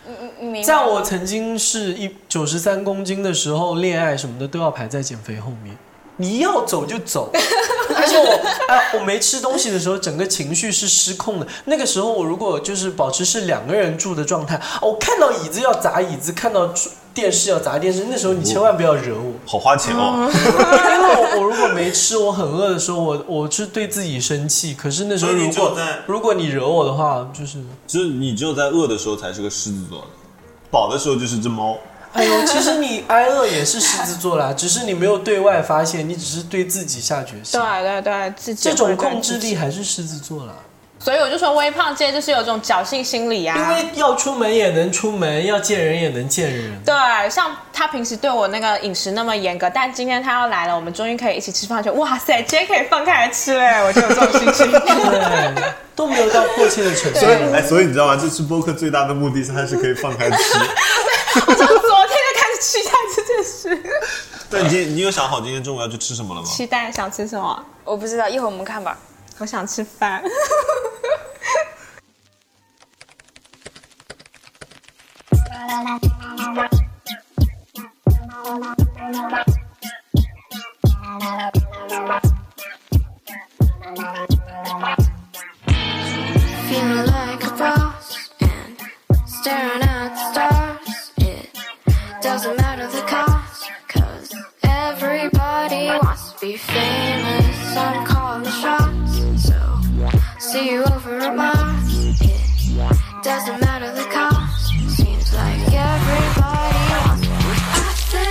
S3: 对，
S6: 你
S7: 在我曾经是一九十三公斤的时候，恋爱什么的都要排在减肥后面。你要走就走，而且我哎，我没吃东西的时候，整个情绪是失控的。那个时候我如果就是保持是两个人住的状态，哦我看到椅子要砸椅子，看到电视要砸电视，那时候你千万不要惹我。
S5: 好花钱
S7: 嗯
S5: 哦，
S7: 因为我我如果没吃，我很饿的时候，我我是对自己生气。可是那时候
S5: 所以
S7: 如
S5: 你
S7: 果
S5: 就在
S7: 如果你惹我的话，就是
S5: 就是你只有在饿的时候才是个狮子座的，饱的时候就是只猫。
S7: 哎呦，其实你挨饿也是狮子座啦，只是你没有对外发现，你只是对自己下决心。
S3: 啊
S9: 对对对，自己
S7: 这种控
S9: 会
S7: 制
S9: 对自己，
S7: 力还是狮子座啦，
S9: 所以我就说微胖界就是有这种侥幸心理啊。
S7: 因为要出门也能出门，要见人也能见人。
S9: 对，像他平时对我那个饮食那么严格，但今天他要来了，我们终于可以一起吃饭，就哇塞，今天可以放开来吃嘞，我就有这种心 情。
S7: 对，都没有到迫切的程度。
S5: 所以，哎，所以你知道吗？这次播客最大的目的是它是可以放开吃。
S9: 我从昨天就开始期待这件事，
S5: 但你今天你有想好今天中午要去吃什么了吗？
S9: 期待想吃什么？
S6: 我不知道，一会儿我们看吧。
S9: 我想吃饭。
S2: Feeling like a boss and staring at the stars. It doesn't matter the cost, cause everybody wants to be famous. I'm calling the shots, so see you over at Mars. It doesn't matter the cost, seems like everybody wants to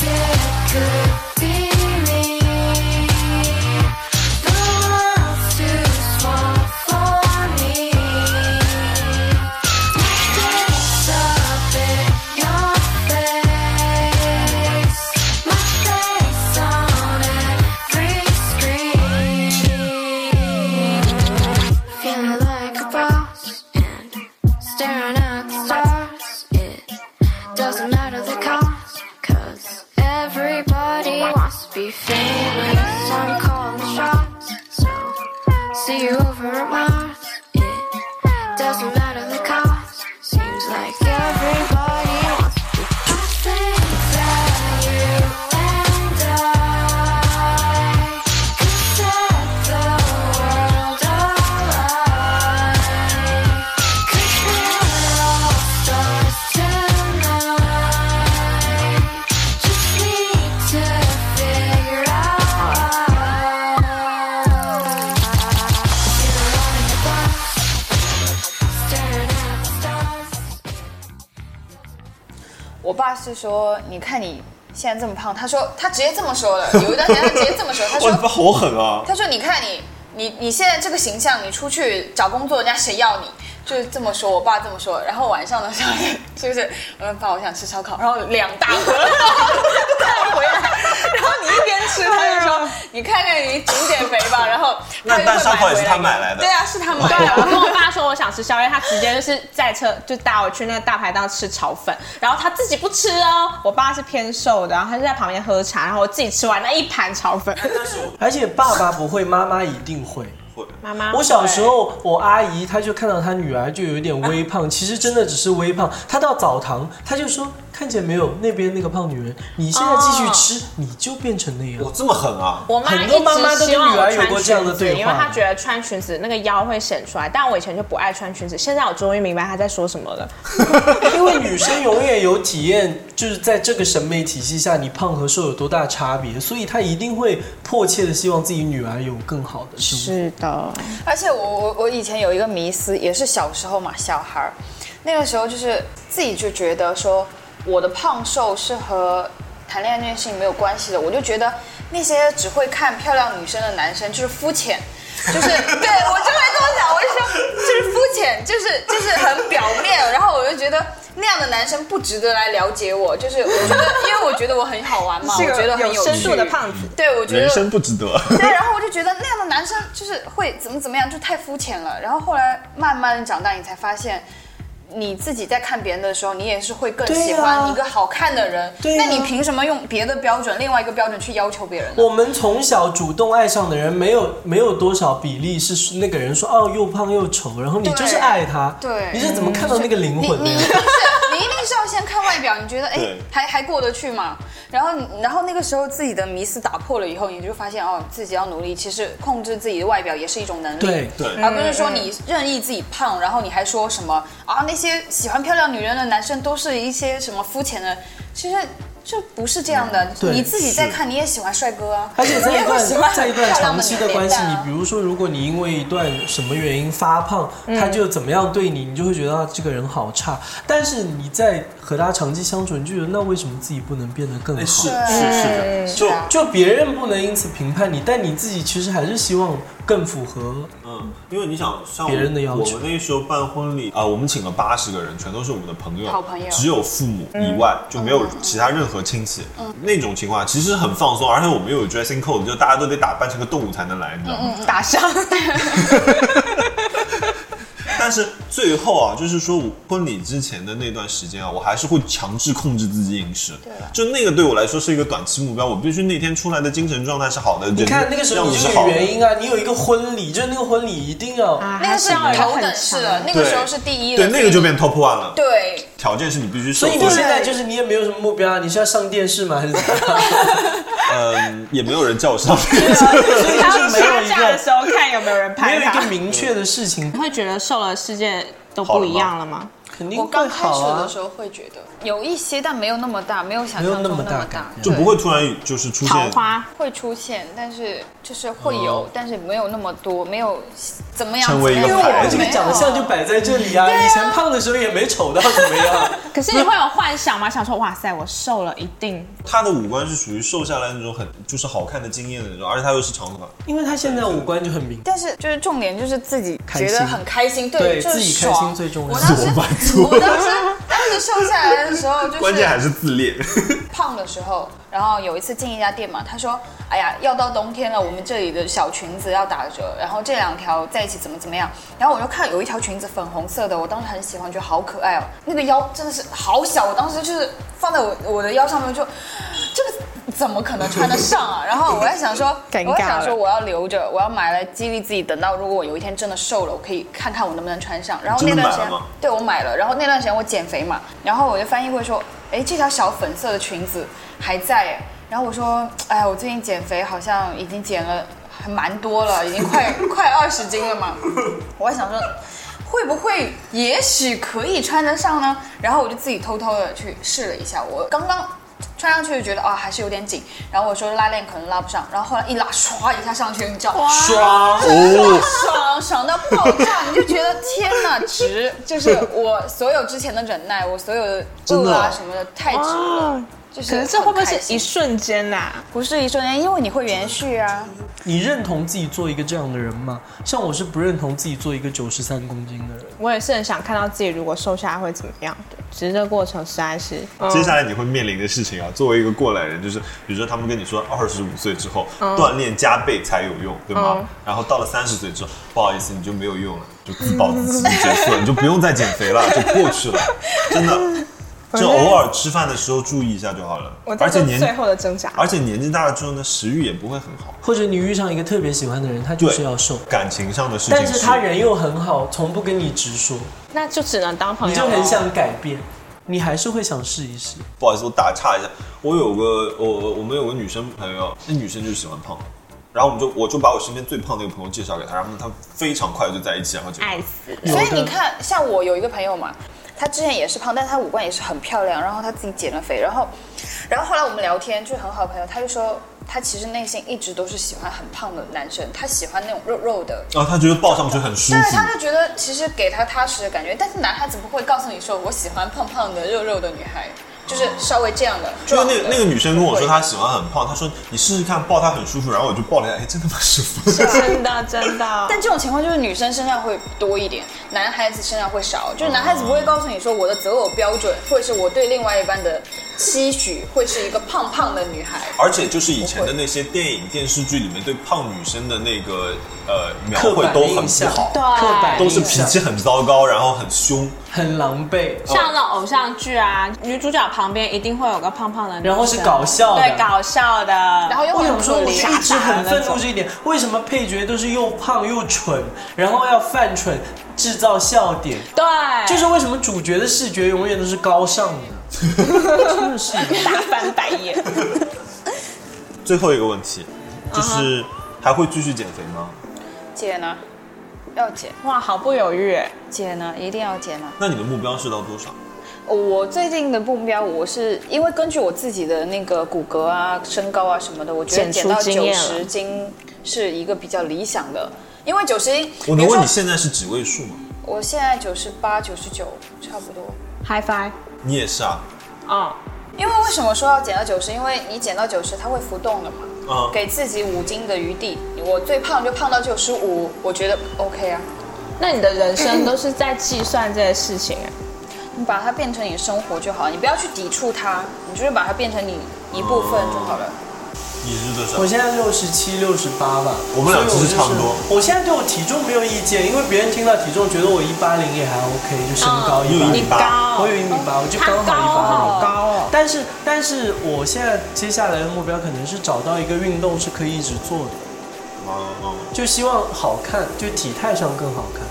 S2: be I think it could be me. The world's too small for me. This up in your face, my face on every screen. Feeling like a boss and staring at the stars. It doesn't matter the cost, cause everybody wants to be famous. I'm calling the shots, so see you over at Mars. It doesn't matter the cost, seems like everybody wants to be. I think that you and I could set the world alight. Cause we're all stars tonight. Just need to figure out. Feeling like a boss, staring at the stars.
S6: 我爸是说，你看你现在这么胖。他说他直接这么说了，有一段时间他直接这么说，他
S5: 哇，
S6: 说
S5: 你爸好狠啊！
S6: 他说：“你看你，你你现在这个形象，你出去找工作，人家谁要你？”就是这么说，我爸这么说。然后晚上的时候， 就是我说：“爸，我想吃烧烤。”然后两大盒带回来，然后你一边吃，他就说：“你看看你减减肥吧。”然后
S5: 那
S6: 他就
S5: 蛋
S6: 会
S5: 烧烤也是
S6: 回
S5: 他买来的
S6: 对啊，是他买
S9: 对，我
S6: 的。
S9: 跟我爸说我想吃宵夜，他直接就是在车就带我去那个大排档吃炒粉，然后他自己不吃哦。我爸是偏瘦的，然后他就在旁边喝茶，然后我自己吃完那一盘炒粉。
S7: 而且爸爸不会，妈妈一定会。
S5: 会
S9: 妈妈，
S7: 我小时候，我阿姨她就看到她女儿就有一点微胖，其实真的只是微胖。她到澡堂，她就说：“看见没有，那边那个胖女人，你现在继续吃，你就变成那样。
S5: 哇，这么狠啊！
S9: 我妈
S7: 很多妈妈
S9: 一直
S7: 都
S9: 希
S7: 跟
S9: 望
S7: 女
S9: 我
S7: 儿
S9: 穿
S7: 有过这样的
S9: 裙子
S7: 对话
S9: 因为她觉得穿裙子那个腰会显出来。但我以前就不爱穿裙子，现在我终于明白她在说什么了。
S7: 因为女生永远有体验，就是在这个审美体系下，你胖和瘦有多大差别，所以她一定会迫切的希望自己女儿有更好的生活。
S9: 是的，
S6: 而且我我我以前有一个迷思，也是小时候嘛，小孩儿，那个时候就是自己就觉得说我的胖瘦是和谈恋爱这件事情没有关系的，我就觉得那些只会看漂亮女生的男生就是肤浅。 就是对我就会这么想，我就说就是肤浅，就是就是很表面，然后我就觉得那样的男生不值得来了解我，就是我觉得，因为我觉得我很好玩嘛，我
S9: 是
S6: 觉得很
S9: 有
S6: 趣
S9: 深度的，胖子。
S6: 对我觉得
S5: 人生不值得。
S6: 对，然后我就觉得那样的男生就是会怎么怎么样，就太肤浅了。然后后来慢慢的长大，你才发现。你自己在看别人的时候，你也是会更
S7: 对啊
S6: 喜欢一个好看的人。
S7: 对啊
S6: 那你凭什么用别的标准、另外一个标准去要求别人呢？
S7: 我们从小主动爱上的人，没有没有多少比例是那个人说哦又胖又丑，然后你就是爱他，
S6: 对嗯
S7: 你是怎么看到那个灵
S6: 你
S7: 魂的
S6: 你一
S7: 呀
S6: 定？是你一定是要先看外表，你觉得哎
S5: 对
S6: 还还过得去吗？然后你然后那个时候自己的迷思打破了以后，你就发现哦自己要努力，其实控制自己的外表也是一种能力。
S7: 对
S5: 对，
S6: 而不是说
S7: 嗯
S6: 你任意自己胖，然后你还说什么啊？那些喜欢漂亮女人的男生都是一些什么肤浅的，其实这不是这样的。
S7: 嗯对
S6: 你自己在看，你也喜欢帅哥啊，
S7: 而且
S6: 你
S7: 在
S6: 也
S7: 一
S6: 会喜欢
S7: 段在一段
S6: 漂亮
S7: 长
S6: 的
S7: 期
S6: 女
S7: 的
S6: 脸
S7: 关系，
S6: 蛋
S7: 你
S6: 啊
S7: 比如说，如果你因为一段什么原因发胖，他就怎么样对你，你就会觉得啊这个人好差。但是你在和他长期相处，你就觉得那为什么自己不能变得更
S5: 哎是
S7: 好？
S5: 是是的，
S7: 就就别人不能因此评判你，但你自己其实还是希望更符合
S5: 嗯，因为你想，像
S7: 别人的要求
S5: 我们那时候办婚礼啊、我们请了八十个人，全都是我们的朋友，
S6: 好朋友嗯
S5: 只有父母以外、就没有其他任何亲戚。那种情况其实很放松，而且我们又有 dressing code，就大家都得打扮成个动物才能来，你知道吗？
S9: 嗯
S6: 打上。
S5: 但是最后啊，就是说我婚礼之前的那段时间啊，我还是会强制控制自己饮食。对就那个对我来说是一个短期目标，我必须那天出来的精神状态是好的。
S7: 你看
S5: 人
S7: 那个时候
S5: 样
S7: 你
S5: 子是
S7: 就
S5: 好
S7: 有
S5: 的。
S7: 原因啊，你有一个婚礼，就是那个婚礼一定要。
S3: 啊
S6: 那个是
S9: 还是要有
S6: 头
S9: 很
S6: 等
S9: 强
S6: 式了，那
S5: 对
S6: 个时候是第一了。
S5: 对，那个就变 top one 了。
S6: 对，
S5: 条件是你必须瘦
S7: 所以你
S5: 或者
S7: 现在就是你也没有什么目标啊，你是要上电视吗？还是怎么样？
S5: 嗯，也没有人叫我 上。
S7: 所以就
S9: 他
S7: 是没有
S9: 杀
S7: 一
S9: 价的
S7: 个
S9: 时候看有没有人
S7: 没有
S9: 拍
S7: 一个
S9: 他。
S7: 明确的事情
S9: 你，会觉得瘦了世界都不一样了吗？
S7: 肯定
S6: 我刚
S7: 会
S6: 开
S7: 好
S6: 始的
S7: 啊，
S6: 时候会觉得有一些，但没有那么大，没有想
S7: 没有
S6: 象
S7: 那
S6: 中
S7: 么
S6: 那
S7: 大
S6: 么
S7: 感
S6: 大，
S7: 觉
S5: 就
S6: 对
S5: 不会突然就是出
S9: 桃
S5: 现
S9: 花
S6: 会出现，但是就是会有，但是没有那么多，没有怎么样
S5: 哦成为一个
S6: 怎么样
S5: 牌
S7: 这
S5: 子
S7: 个长相就摆在这里啊。以前胖的时候也没丑到怎么样，
S9: 可是你会有幻想吗？想说哇塞，我瘦了一定
S5: 他的五官是属于瘦下来那种很就是好看的惊艳的那种，而且他又是长发。
S7: 因为他现在五官就很明。
S6: 但是就是重点就是自己
S7: 开心
S6: 觉得很开心，
S7: 对
S6: 就是
S7: 自己
S6: 爽
S7: 开心最重要
S6: 我当时
S5: 我满足
S6: 我当时当时瘦下来的时候，就是
S5: 关键还是自 恋。
S6: 胖的时候，然后有一次进一家店嘛，他说：“哎呀，要到冬天了，我们这里的小裙子要打折，然后这两条在一起怎么怎么样。”然后我就看有一条裙子粉红色的，我当时很喜欢，觉得好可爱哦，那个腰真的是好小，我当时就是放在我我的腰上面就，这个怎么可能穿得上啊？然后我在想说，
S9: 尴尬了
S6: 我在想说我要留着，我要买来激励自己，等到如果我有一天真的瘦了，我可以看看我能不能穿上。然后那
S5: 真的
S6: 段时
S5: 买
S6: 间
S5: 了吗。
S6: 对，我买了。然后那段时间我减肥嘛，然后我就翻译过说，哎，这条小粉色的裙子还在耶。然后我说，哎，我最近减肥好像已经减了还蛮多了，已经快快二十斤了嘛。我还想说，会不会也许可以穿得上呢？然后我就自己偷偷的去试了一下，我刚刚。穿上去就觉得啊、还是有点紧，然后我说拉链可能拉不上，然后后来一拉，唰一下上去，你知道，
S7: 爽
S5: 啊
S9: 哦
S6: 爽爽爽到爆炸， 你就觉得天哪，值！就是我所有之前的忍耐，我所有的饿啊什么的，太值了。就是
S9: 可是这会不会
S6: 很开
S9: 是
S6: 心
S9: 一瞬间呐、啊？
S6: 不是一瞬间？因为你会延续啊。
S7: 你认同自己做一个这样的人吗？像我是不认同自己做一个九十三公斤的人。
S9: 我也是很想看到自己如果瘦下来会怎么样的，只是这个过程实在是，嗯
S5: 接下来你会面临的事情啊，作为一个过来人，就是比如说他们跟你说二十五岁之后、
S9: 嗯
S5: 锻炼加倍才有用，对吗？然后到了三十岁之后，不好意思，你就没有用了，就自暴自弃结束了，你就不用再减肥了，就过去了，真的。就偶尔吃饭的时候注意一下就好了
S9: 我，在
S5: 而且
S9: 做最
S5: 年
S9: 后的挣扎。
S5: 而且年纪大了之后呢，食欲也不会很好，
S7: 或者你遇上一个特别喜欢的人，他就
S5: 对，
S7: 是要瘦，
S5: 感情上的事情，
S7: 但是他人又很好，从不跟你直说，
S9: 那就只能当朋
S7: 你
S9: 友。
S7: 就很，想改变，你还是会想试一试。
S5: 不好意思，我打岔一下，我有个我我我们有个女生朋友，那女生就是喜欢胖的，然后我们就我就把我身边最胖的一个朋友介绍给她，然后她非常快就在一起，然后就
S7: 哎
S9: 爱死了。
S6: 所以你看，像我有一个朋友嘛，她之前也是胖，但是她五官也是很漂亮，然后她自己减了肥，然后，然后后来我们聊天，就是很好的朋友，她就说她其实内心一直都是喜欢很胖的男生，她喜欢那种肉肉的。
S5: 然后她觉得抱上去很舒
S6: 但是
S5: 服，
S6: 她就觉得其实给她踏实的感觉，但是男孩子不会告诉你说我喜欢胖胖的肉肉的女孩，就是稍微这样的。
S5: 就是
S6: 壮
S5: 那
S6: 的
S5: 个那个女生跟我
S6: 不
S5: 说
S6: 会
S5: 她喜欢很胖，她说你试试看抱她很舒服，然后我就抱了一下，哎，真的蛮舒服
S7: 啊
S5: 的。
S9: 真的真的，
S6: 但这种情况就是女生身上会多一点，男孩子身上会少。就是男孩子不会告诉你说我的择偶标准，或者是我对另外一半的期许，会是一个胖胖的女孩。
S5: 而且就是以前的那些电影电视剧里面对胖女生的那个呃描
S7: 刻
S5: 绘
S7: 板
S5: 都
S7: 印
S5: 很不
S7: 象，
S5: 好，
S7: 刻板
S5: 都是
S7: 印
S5: 脾
S7: 象
S5: 气很糟糕，然后很凶，
S7: 很狼狈，
S9: 像那种偶像剧啊，女主角旁边一定会有个胖胖的女生，
S7: 然后是搞笑的
S9: 对搞笑的，然
S6: 然后又
S7: 我
S6: 很
S7: 想说，
S6: 可
S7: 我就
S6: 怜
S7: 一直很愤怒
S9: 傻傻的那种
S7: 这一点，为什么配角都是又胖又蠢，然后要犯蠢制造笑点？
S9: 对，
S7: 就是为什么主角的视觉永远都是高尚的？真的是
S9: 大翻白眼。
S5: 最后一个问题
S7: 嗯
S5: 就是还会继续减肥吗？
S6: 姐呢？要减
S9: 哇，毫不犹豫哎，
S6: 减呢？一定要减呢。
S5: 那你的目标是到多少？
S6: 我最近的目标，我是因为根据我自己的那个骨骼啊、身高啊什么的，我觉得
S9: 减
S6: 减
S9: 出
S6: 到
S9: 经
S6: 九
S9: 验了
S6: 十斤是一个比较理想的。因为九十斤，
S5: 我能
S6: 比如说
S5: 问你现在是几位数吗？
S6: 我现在九十八、九十九，差不多。
S9: 嗨翻，
S5: 你也是啊，
S9: 哦，
S6: 因为为什么说要减到九十？因为你减到九十，它会浮动的嘛。
S5: 嗯
S6: 给自己五斤的余地。我最胖就胖到九十五，我觉得 OK 啊。
S9: 那你的人生都是在计算这些事情哎。
S6: 你把它变成你的生活就好，你不要去抵触它，你就是把它变成你一部分就好了。
S5: 你是多
S7: 我
S5: 少？
S7: 现在六十七、六十八吧，
S5: 我们俩其
S7: 所以我
S5: 实
S7: 就是
S5: 差不多。
S7: 我现在对我体重没有意见，因为别人听到体重觉得我一八零也还 OK，就身高一
S5: 你有
S7: 八
S5: 一
S7: 零
S5: 米。八
S7: 我有一米八，我就刚好一
S9: 嗯他高
S7: 八零。
S9: 好高哦。
S7: 但是，但是我现在接下来的目标可能是找到一个运动是可以一直做的，
S5: 哦哦
S7: 就希望好看，就体态上更好看。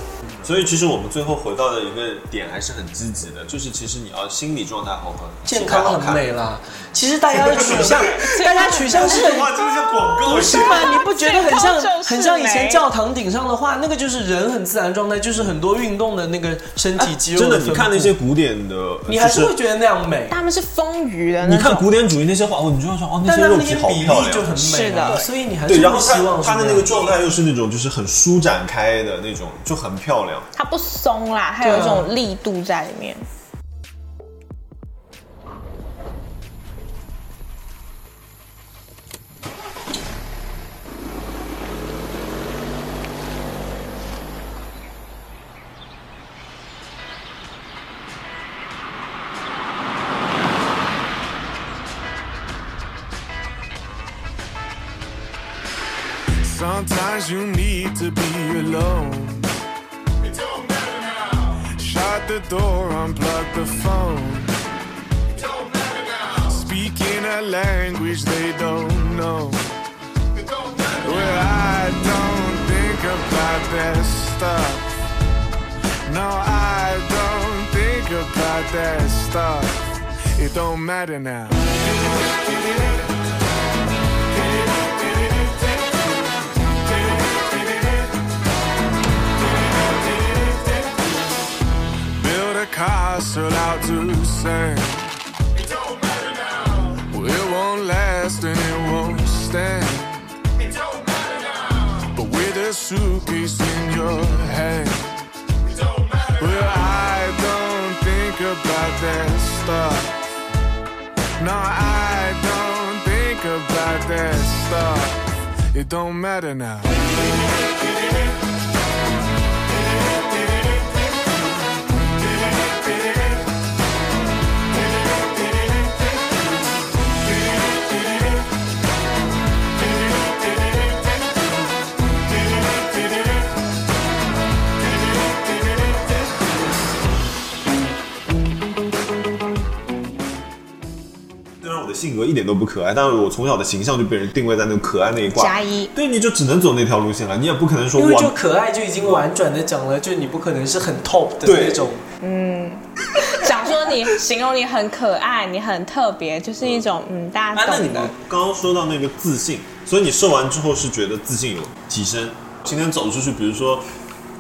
S5: 所以其实我们最后回到的一个点还是很积极的，就是其实你要心理状态好好，
S7: 健
S5: 体态好
S7: 康很
S5: 看。
S7: 美啦，其实大家的取 向，大家取向是很
S5: 哇，这个像广告
S7: 不是吗？你不觉得很像
S9: 健康就是美
S7: 很像以前教堂顶上的话，那个就是人很自然状态，就是很多运动的那个身体肌肉
S5: 真的，
S7: 分
S5: 你
S7: 布
S5: 看那些，古典的，
S7: 你还是
S5: 就
S7: 会觉得那样美，
S9: 他们是丰腴的
S5: 你
S9: 那
S5: 看
S9: 种，
S5: 古典主义那些画，哦，你就会说哦，
S7: 但
S5: 那些
S7: 他
S5: 肉
S7: 们那
S5: 体
S7: 些
S5: 好
S7: 比
S5: 漂
S7: 例就
S5: 亮
S7: 很。美
S9: 是
S7: 啊，
S9: 的
S7: 所以你还是
S5: 对，然
S7: 会
S5: 后
S7: 希望是
S5: 他他的
S7: 那
S5: 那
S7: 样
S5: 个状态又是那种就是很舒展开的那种，就很漂亮。
S9: 它不松啦，它有一种力度在里面。
S10: Sometimes you need to be alone. Shut the door, unplug the phone. Speak in a language they don't know. Well, I don't think about that stuff. No, I don't think about that stuff. It don't matter now. build a castle out to sand. Well, it won't last and it won't stand. But with a suitcase in your hand, well, I don't think about that stuff. No, I don't think about that stuff. It don't matter now.
S5: 虽然我的性格一点都不可爱，但是我从小的形象就被人定位在那个可爱那一块。
S9: 加一
S5: 对，啊你就只能走那条路线了，你也不可能说
S7: 因为就
S5: 我
S7: 可爱就已经婉转的讲了，就你不可能是很 top 的
S5: 对
S7: 那种。
S9: 想说你形容你很可爱，你很特别，就是一种嗯，大
S7: 啊
S9: 家
S7: 那你
S9: 懂
S7: 们
S9: 的。
S5: 刚刚说到那个自信，所以你瘦完之后是觉得自信有提升。今天走出去，比如说，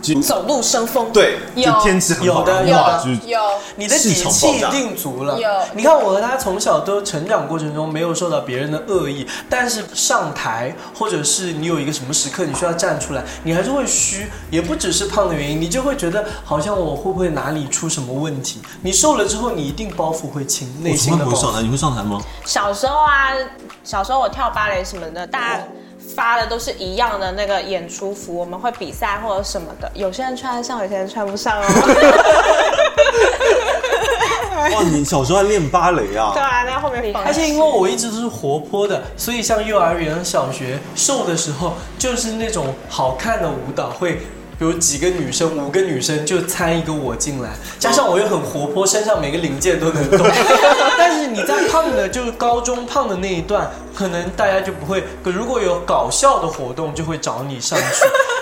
S5: 今
S9: 走路生风，
S5: 对，就
S6: 有
S5: 天气很好，
S7: 有的
S5: 然后哇，就
S7: 有
S5: 是
S6: 有
S7: 你的底
S5: 气场
S7: 气
S5: 爆
S7: 一
S5: 炸
S7: 定足了
S6: 有。
S7: 你看我和他从小都成长过程中没有受到别人的恶意，但是上台或者是你有一个什么时刻你需要站出来，你还是会虚，也不只是胖的原因，你就会觉得好像我会不会哪里出什么问题？你瘦了之后，你一定包袱会轻，内
S5: 我
S7: 心
S5: 从
S7: 的
S5: 来
S7: 包
S5: 不会上
S7: 袱。
S5: 台，你会上 台吗？
S9: 小时候啊，小时候我跳芭蕾什么的，大家发的都是一样的那个演出服，我们会比赛或者什么的，有些人穿得上，有些人穿不上 哦。
S7: 哎
S5: 哇，你小时候还练芭蕾啊
S9: 对？啊，那后面放
S7: 而且因为我一直都是活泼的，所以像幼儿园、小学瘦的时候，就是那种好看的舞蹈会。有几个女生，五个女生就参一个我进来，加上我又很活泼，身上每个零件都能动。但是你在胖的，就是高中胖的那一段，可能大家就不会。可如果有搞笑的活动，就会找你上去。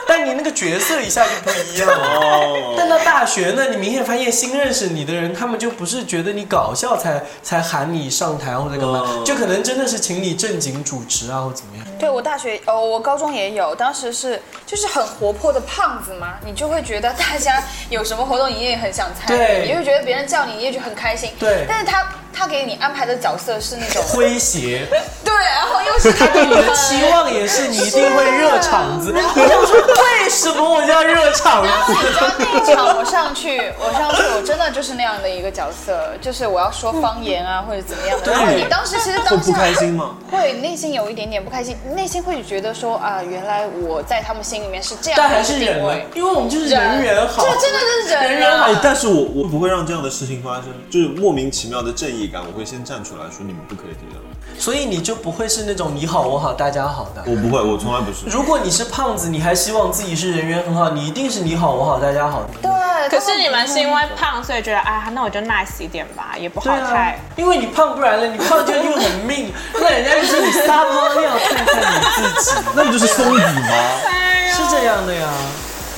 S7: 但你那个角色一下就不一样了。
S5: 哦，
S7: 但到大学呢，你明显发现新认识你的人，他们就不是觉得你搞笑才才喊你上台或者干嘛，
S5: 嗯
S7: 就可能真的是请你正经主持啊，或怎 么样。
S6: 对我大学哦，我高中也有，当时是就是很活泼的胖子嘛，你就会觉得大家有什么活动你也很想参与，
S7: 对
S6: 你就会觉得别人叫你你也觉得很开心。
S7: 对
S6: 但是他他给你安排的角色是那种
S7: 诙谐，
S6: 对，然后又是他
S7: 对你的期望也是你一定会热场 子。我想说，为什么我叫热场子？
S6: 你知道那一场我上去，我上去，我真的就是那样的一个角色，就是我要说方言啊，或者怎么样的。然后你当时其实
S5: 会
S6: 当
S5: 不
S6: 下
S5: 开心吗？
S6: 会内心有一点点不开心，内心会觉得说啊，原来我在他们心里面是这样
S7: 但还
S6: 的
S7: 是
S6: 定
S7: 忍了
S6: 位，，
S7: 因为我们就是人缘好
S6: 这。真的是忍
S7: 人缘
S5: 哎，
S7: 好
S5: 但是我我不会让这样的事情发生，就是莫名其妙的正义感，我会先站出来说你们不可以这样。
S7: 所以你就不会是那种你好我好大家好的。
S5: 我不会，我从来不是。
S7: 如果你是胖子，你还希望自己是人缘很好，你一定是你好我好大家好的。
S6: 对，
S9: 可是你们是因为胖，所以觉得啊，那我就 nice 一点吧，也不好
S7: 对啊
S9: 太。，
S7: 因为你胖不然了，你胖就又很命， 那人家就说你撒泡尿看看你自己，
S5: 那不就是松底吗？
S6: 哎
S7: 是这样的呀。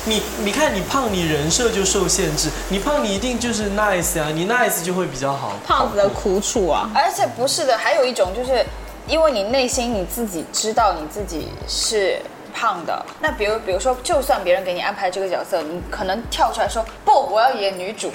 S7: 你你看你胖，你人设就受限制，你胖你一定就是 nice 呀、你 nice 就会比较好。
S9: 胖子的苦楚啊，
S6: 而且不是的，还有一种就是，因为你内心你自己知道你自己是胖的，那比如比如说，就算别人给你安排这个角色，你可能跳出来说不，我要演女 主，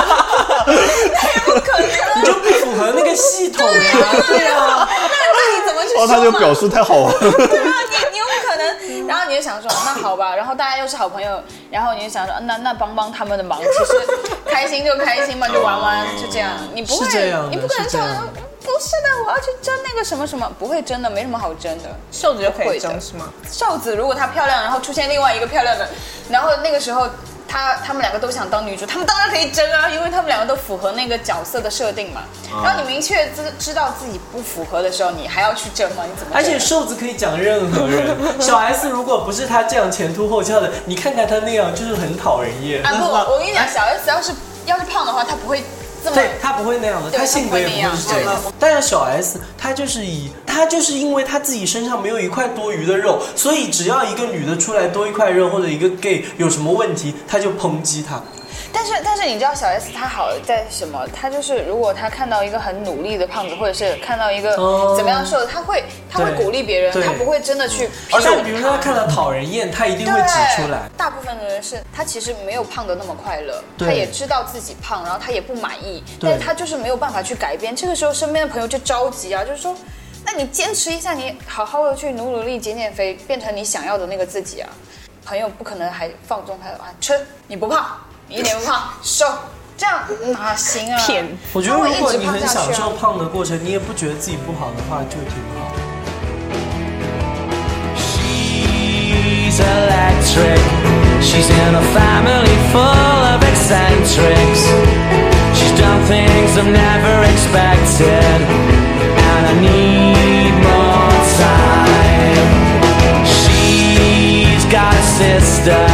S6: 那也不可能。
S7: 你就不符合那个系统 呀、对呀、
S6: 啊那你怎么去说
S5: 哦，
S6: 嘛？
S5: 他就表述太好玩了。
S6: 对啊，你你有可能，然后你就想说，那好吧，然后大家又是好朋友，然后你就想说，嗯那那帮帮他们的忙，其实开心就开心嘛，就玩玩，就这样，你不会
S7: 是这样的，
S6: 你不可能
S7: 是这
S6: 说嗯
S7: 样的
S6: 不是的，我要去争那个什么什么，不会争的，没什么好争的。
S9: 瘦子就可以
S6: 会的
S9: 争是吗？
S6: 瘦子如果她漂亮，然后出现另外一个漂亮的，然后那个时候。她他们两个都想当女主，他们当然可以争啊，因为他们两个都符合那个角色的设定嘛。
S7: 啊
S6: 然后你明确知知道自己不符合的时候，你还要去争吗？你怎么争？
S7: 而且瘦子可以讲任何人，小 S 如果不是他这样前凸后翘的，你看看他那样就是很讨人厌。
S6: 啊不， 我跟你讲，小 S 要是要是胖的话，她不会这么
S7: 哎对他不会那样的，
S6: 对
S7: 他性格也不会是这
S6: 他不会
S7: 样
S6: 那样。
S7: 但是小 S 她就是以她就是因为她自己身上没有一块多余的肉，所以只要一个女的出来多一块肉或者一个 gay 有什么问题，她就抨击她。
S6: 但是但是你知道小 S 她好在什么？她就是如果她看到一个很努力的胖子，或者是看到一个
S7: 哦
S6: 怎么样瘦的，她会她会
S7: 对
S6: 鼓励别人，
S7: 对
S6: 她不会真的去批
S7: 而
S6: 评
S7: 且比如说她看到讨人厌，她一定
S6: 对
S7: 会指出来。
S6: 大部分的人是她其实没有胖的那么快乐，
S7: 对
S6: 她也知道自己胖，然后她也不满意，
S7: 对
S6: 但是她就是没有办法去改变。这个时候身边的朋友就着急啊，就是说。那你坚持一下，你好好的去努努力，减减肥，变成你想要的那个自己啊！朋友不可能还放纵他啊，吃你不胖，你一点不胖，瘦，这样哪行啊？
S3: 骗
S7: 我觉得
S6: 那我一
S7: 如
S6: 直
S7: 果你
S6: 胖
S7: 很
S6: 下
S7: 享
S6: 去啊
S7: 受胖的过程，你也不觉得自己不好的话，就挺好。
S4: She's electric. She's in a family full of eccentrics. She's done things I've never expected. And I need more time. She's got a sister.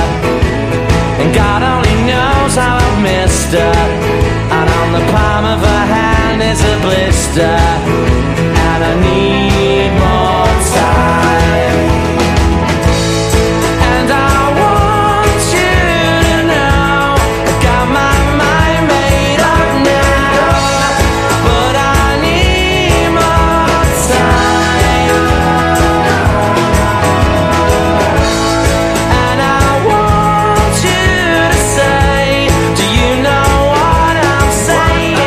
S4: And God only knows how I've missed her. And on the palm of her hand is a blister. And I need more time. And I want you to know I got my mind made up now, but I need more time. And I want you to say, Do you know what I'm saying?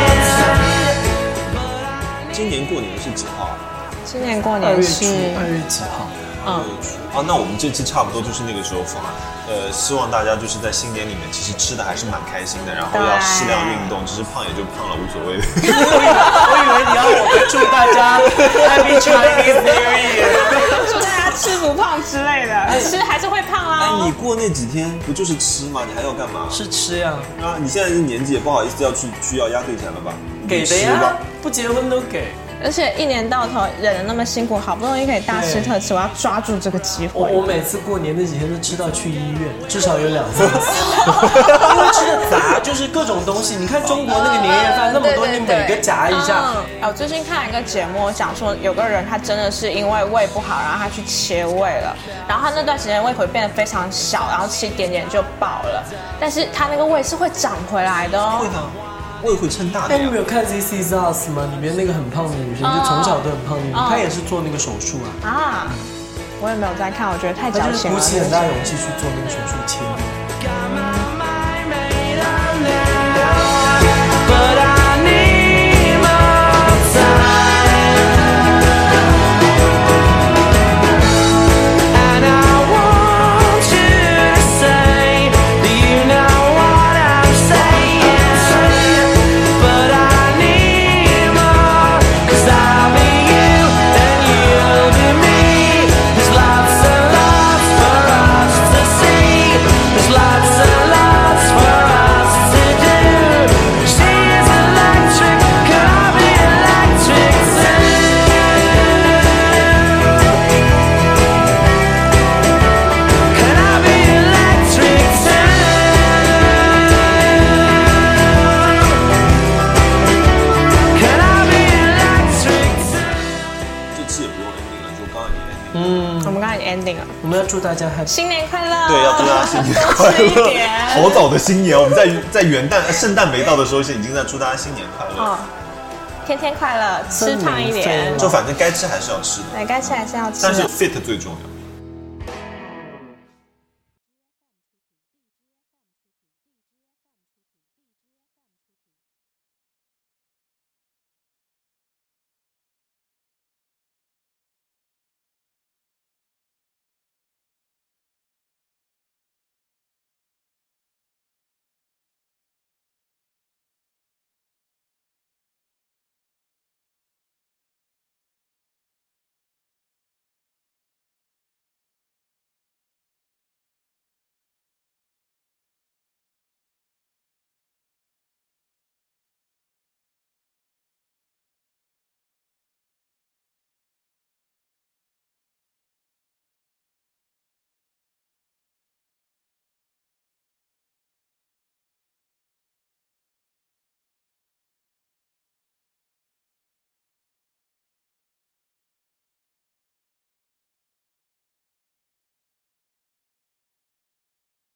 S5: 今年过年是几号啊？
S3: 今年过
S7: 二
S3: 年
S7: 月
S3: 是
S7: 初，二月几号？
S5: 嗯，啊，那我们这期差不多就是那个时候放。呃，希望大家就是在新年里面，其实吃的还是蛮开心的，然后要适量运动，只是胖也就胖了，无所谓。
S7: 我以为你要我们祝大家 Happy Chinese New Year。
S3: 祝大家吃不胖之类的，吃还是会胖
S5: 哎，
S3: 啊。
S5: 你过那几天不就是吃吗？你还要干嘛？
S7: 是吃呀，
S5: 啊，你现在这年纪也不好意思要去去要压岁钱了吧？你
S7: 给的
S5: 吃
S7: 呀
S5: 吧。，
S7: 不结婚都给。
S3: 而且一年到头忍得那么辛苦，好不容易可以大吃特吃，我要抓住这个机
S7: 我
S3: 会。
S7: 我每次过年那几天都吃到去医院，至少有两三次，因为吃的杂，就是各种东西。你看中国那个年夜饭那么多，
S6: 对
S7: 你
S6: 对
S7: 每个夹一下，
S3: 嗯，哎我最近看了一个节目，讲说有个人他真的是因为胃不好，然后他去切胃了，然后他那段时间胃口变得非常小，然后吃一点点就饱了，但是他那个胃是会长回来的哦
S5: 会。的，胃会撑大的
S7: 哎，你
S5: 呀
S7: 们。有看《This Is Us》吗？里面那个很胖的女生，就从小都很胖的女生，她也是做那个手术啊，
S3: 啊，我也没有在看，我觉得太
S7: 她
S3: 矫
S7: 就是
S3: 情了
S7: 鼓。起很大勇气去做那个手术切。
S4: But I need more time, and I want you to say, Do you know what I'm saying? But I need more, 'cause I'll be you and you'll be me. There's lots and lots for us to see. There's lots and lots for us to do. She's electric, could I be electric too? Could I be electric too? Could I be electric too?
S5: 这期也不用 ending 了，就刚刚已
S3: 我
S5: 经 ending 了。
S3: 们刚才已经 ending 了，
S7: 我们要祝大家 happy。
S3: 新年快乐！
S5: 对，
S7: 啊
S5: 啊要祝大家新年 快
S3: 多吃一
S5: 乐
S3: 点！
S5: 好早的新年，我们在在元旦、呃圣诞没到的时候，已经在祝大家新年快乐
S3: 哦。，天天快乐，吃胖一
S7: 森林飞
S3: 点
S7: 了。
S5: 就反正该吃还是要吃的，
S3: 对，该吃还是要吃
S5: 但是
S3: 的。
S5: fit 最重要。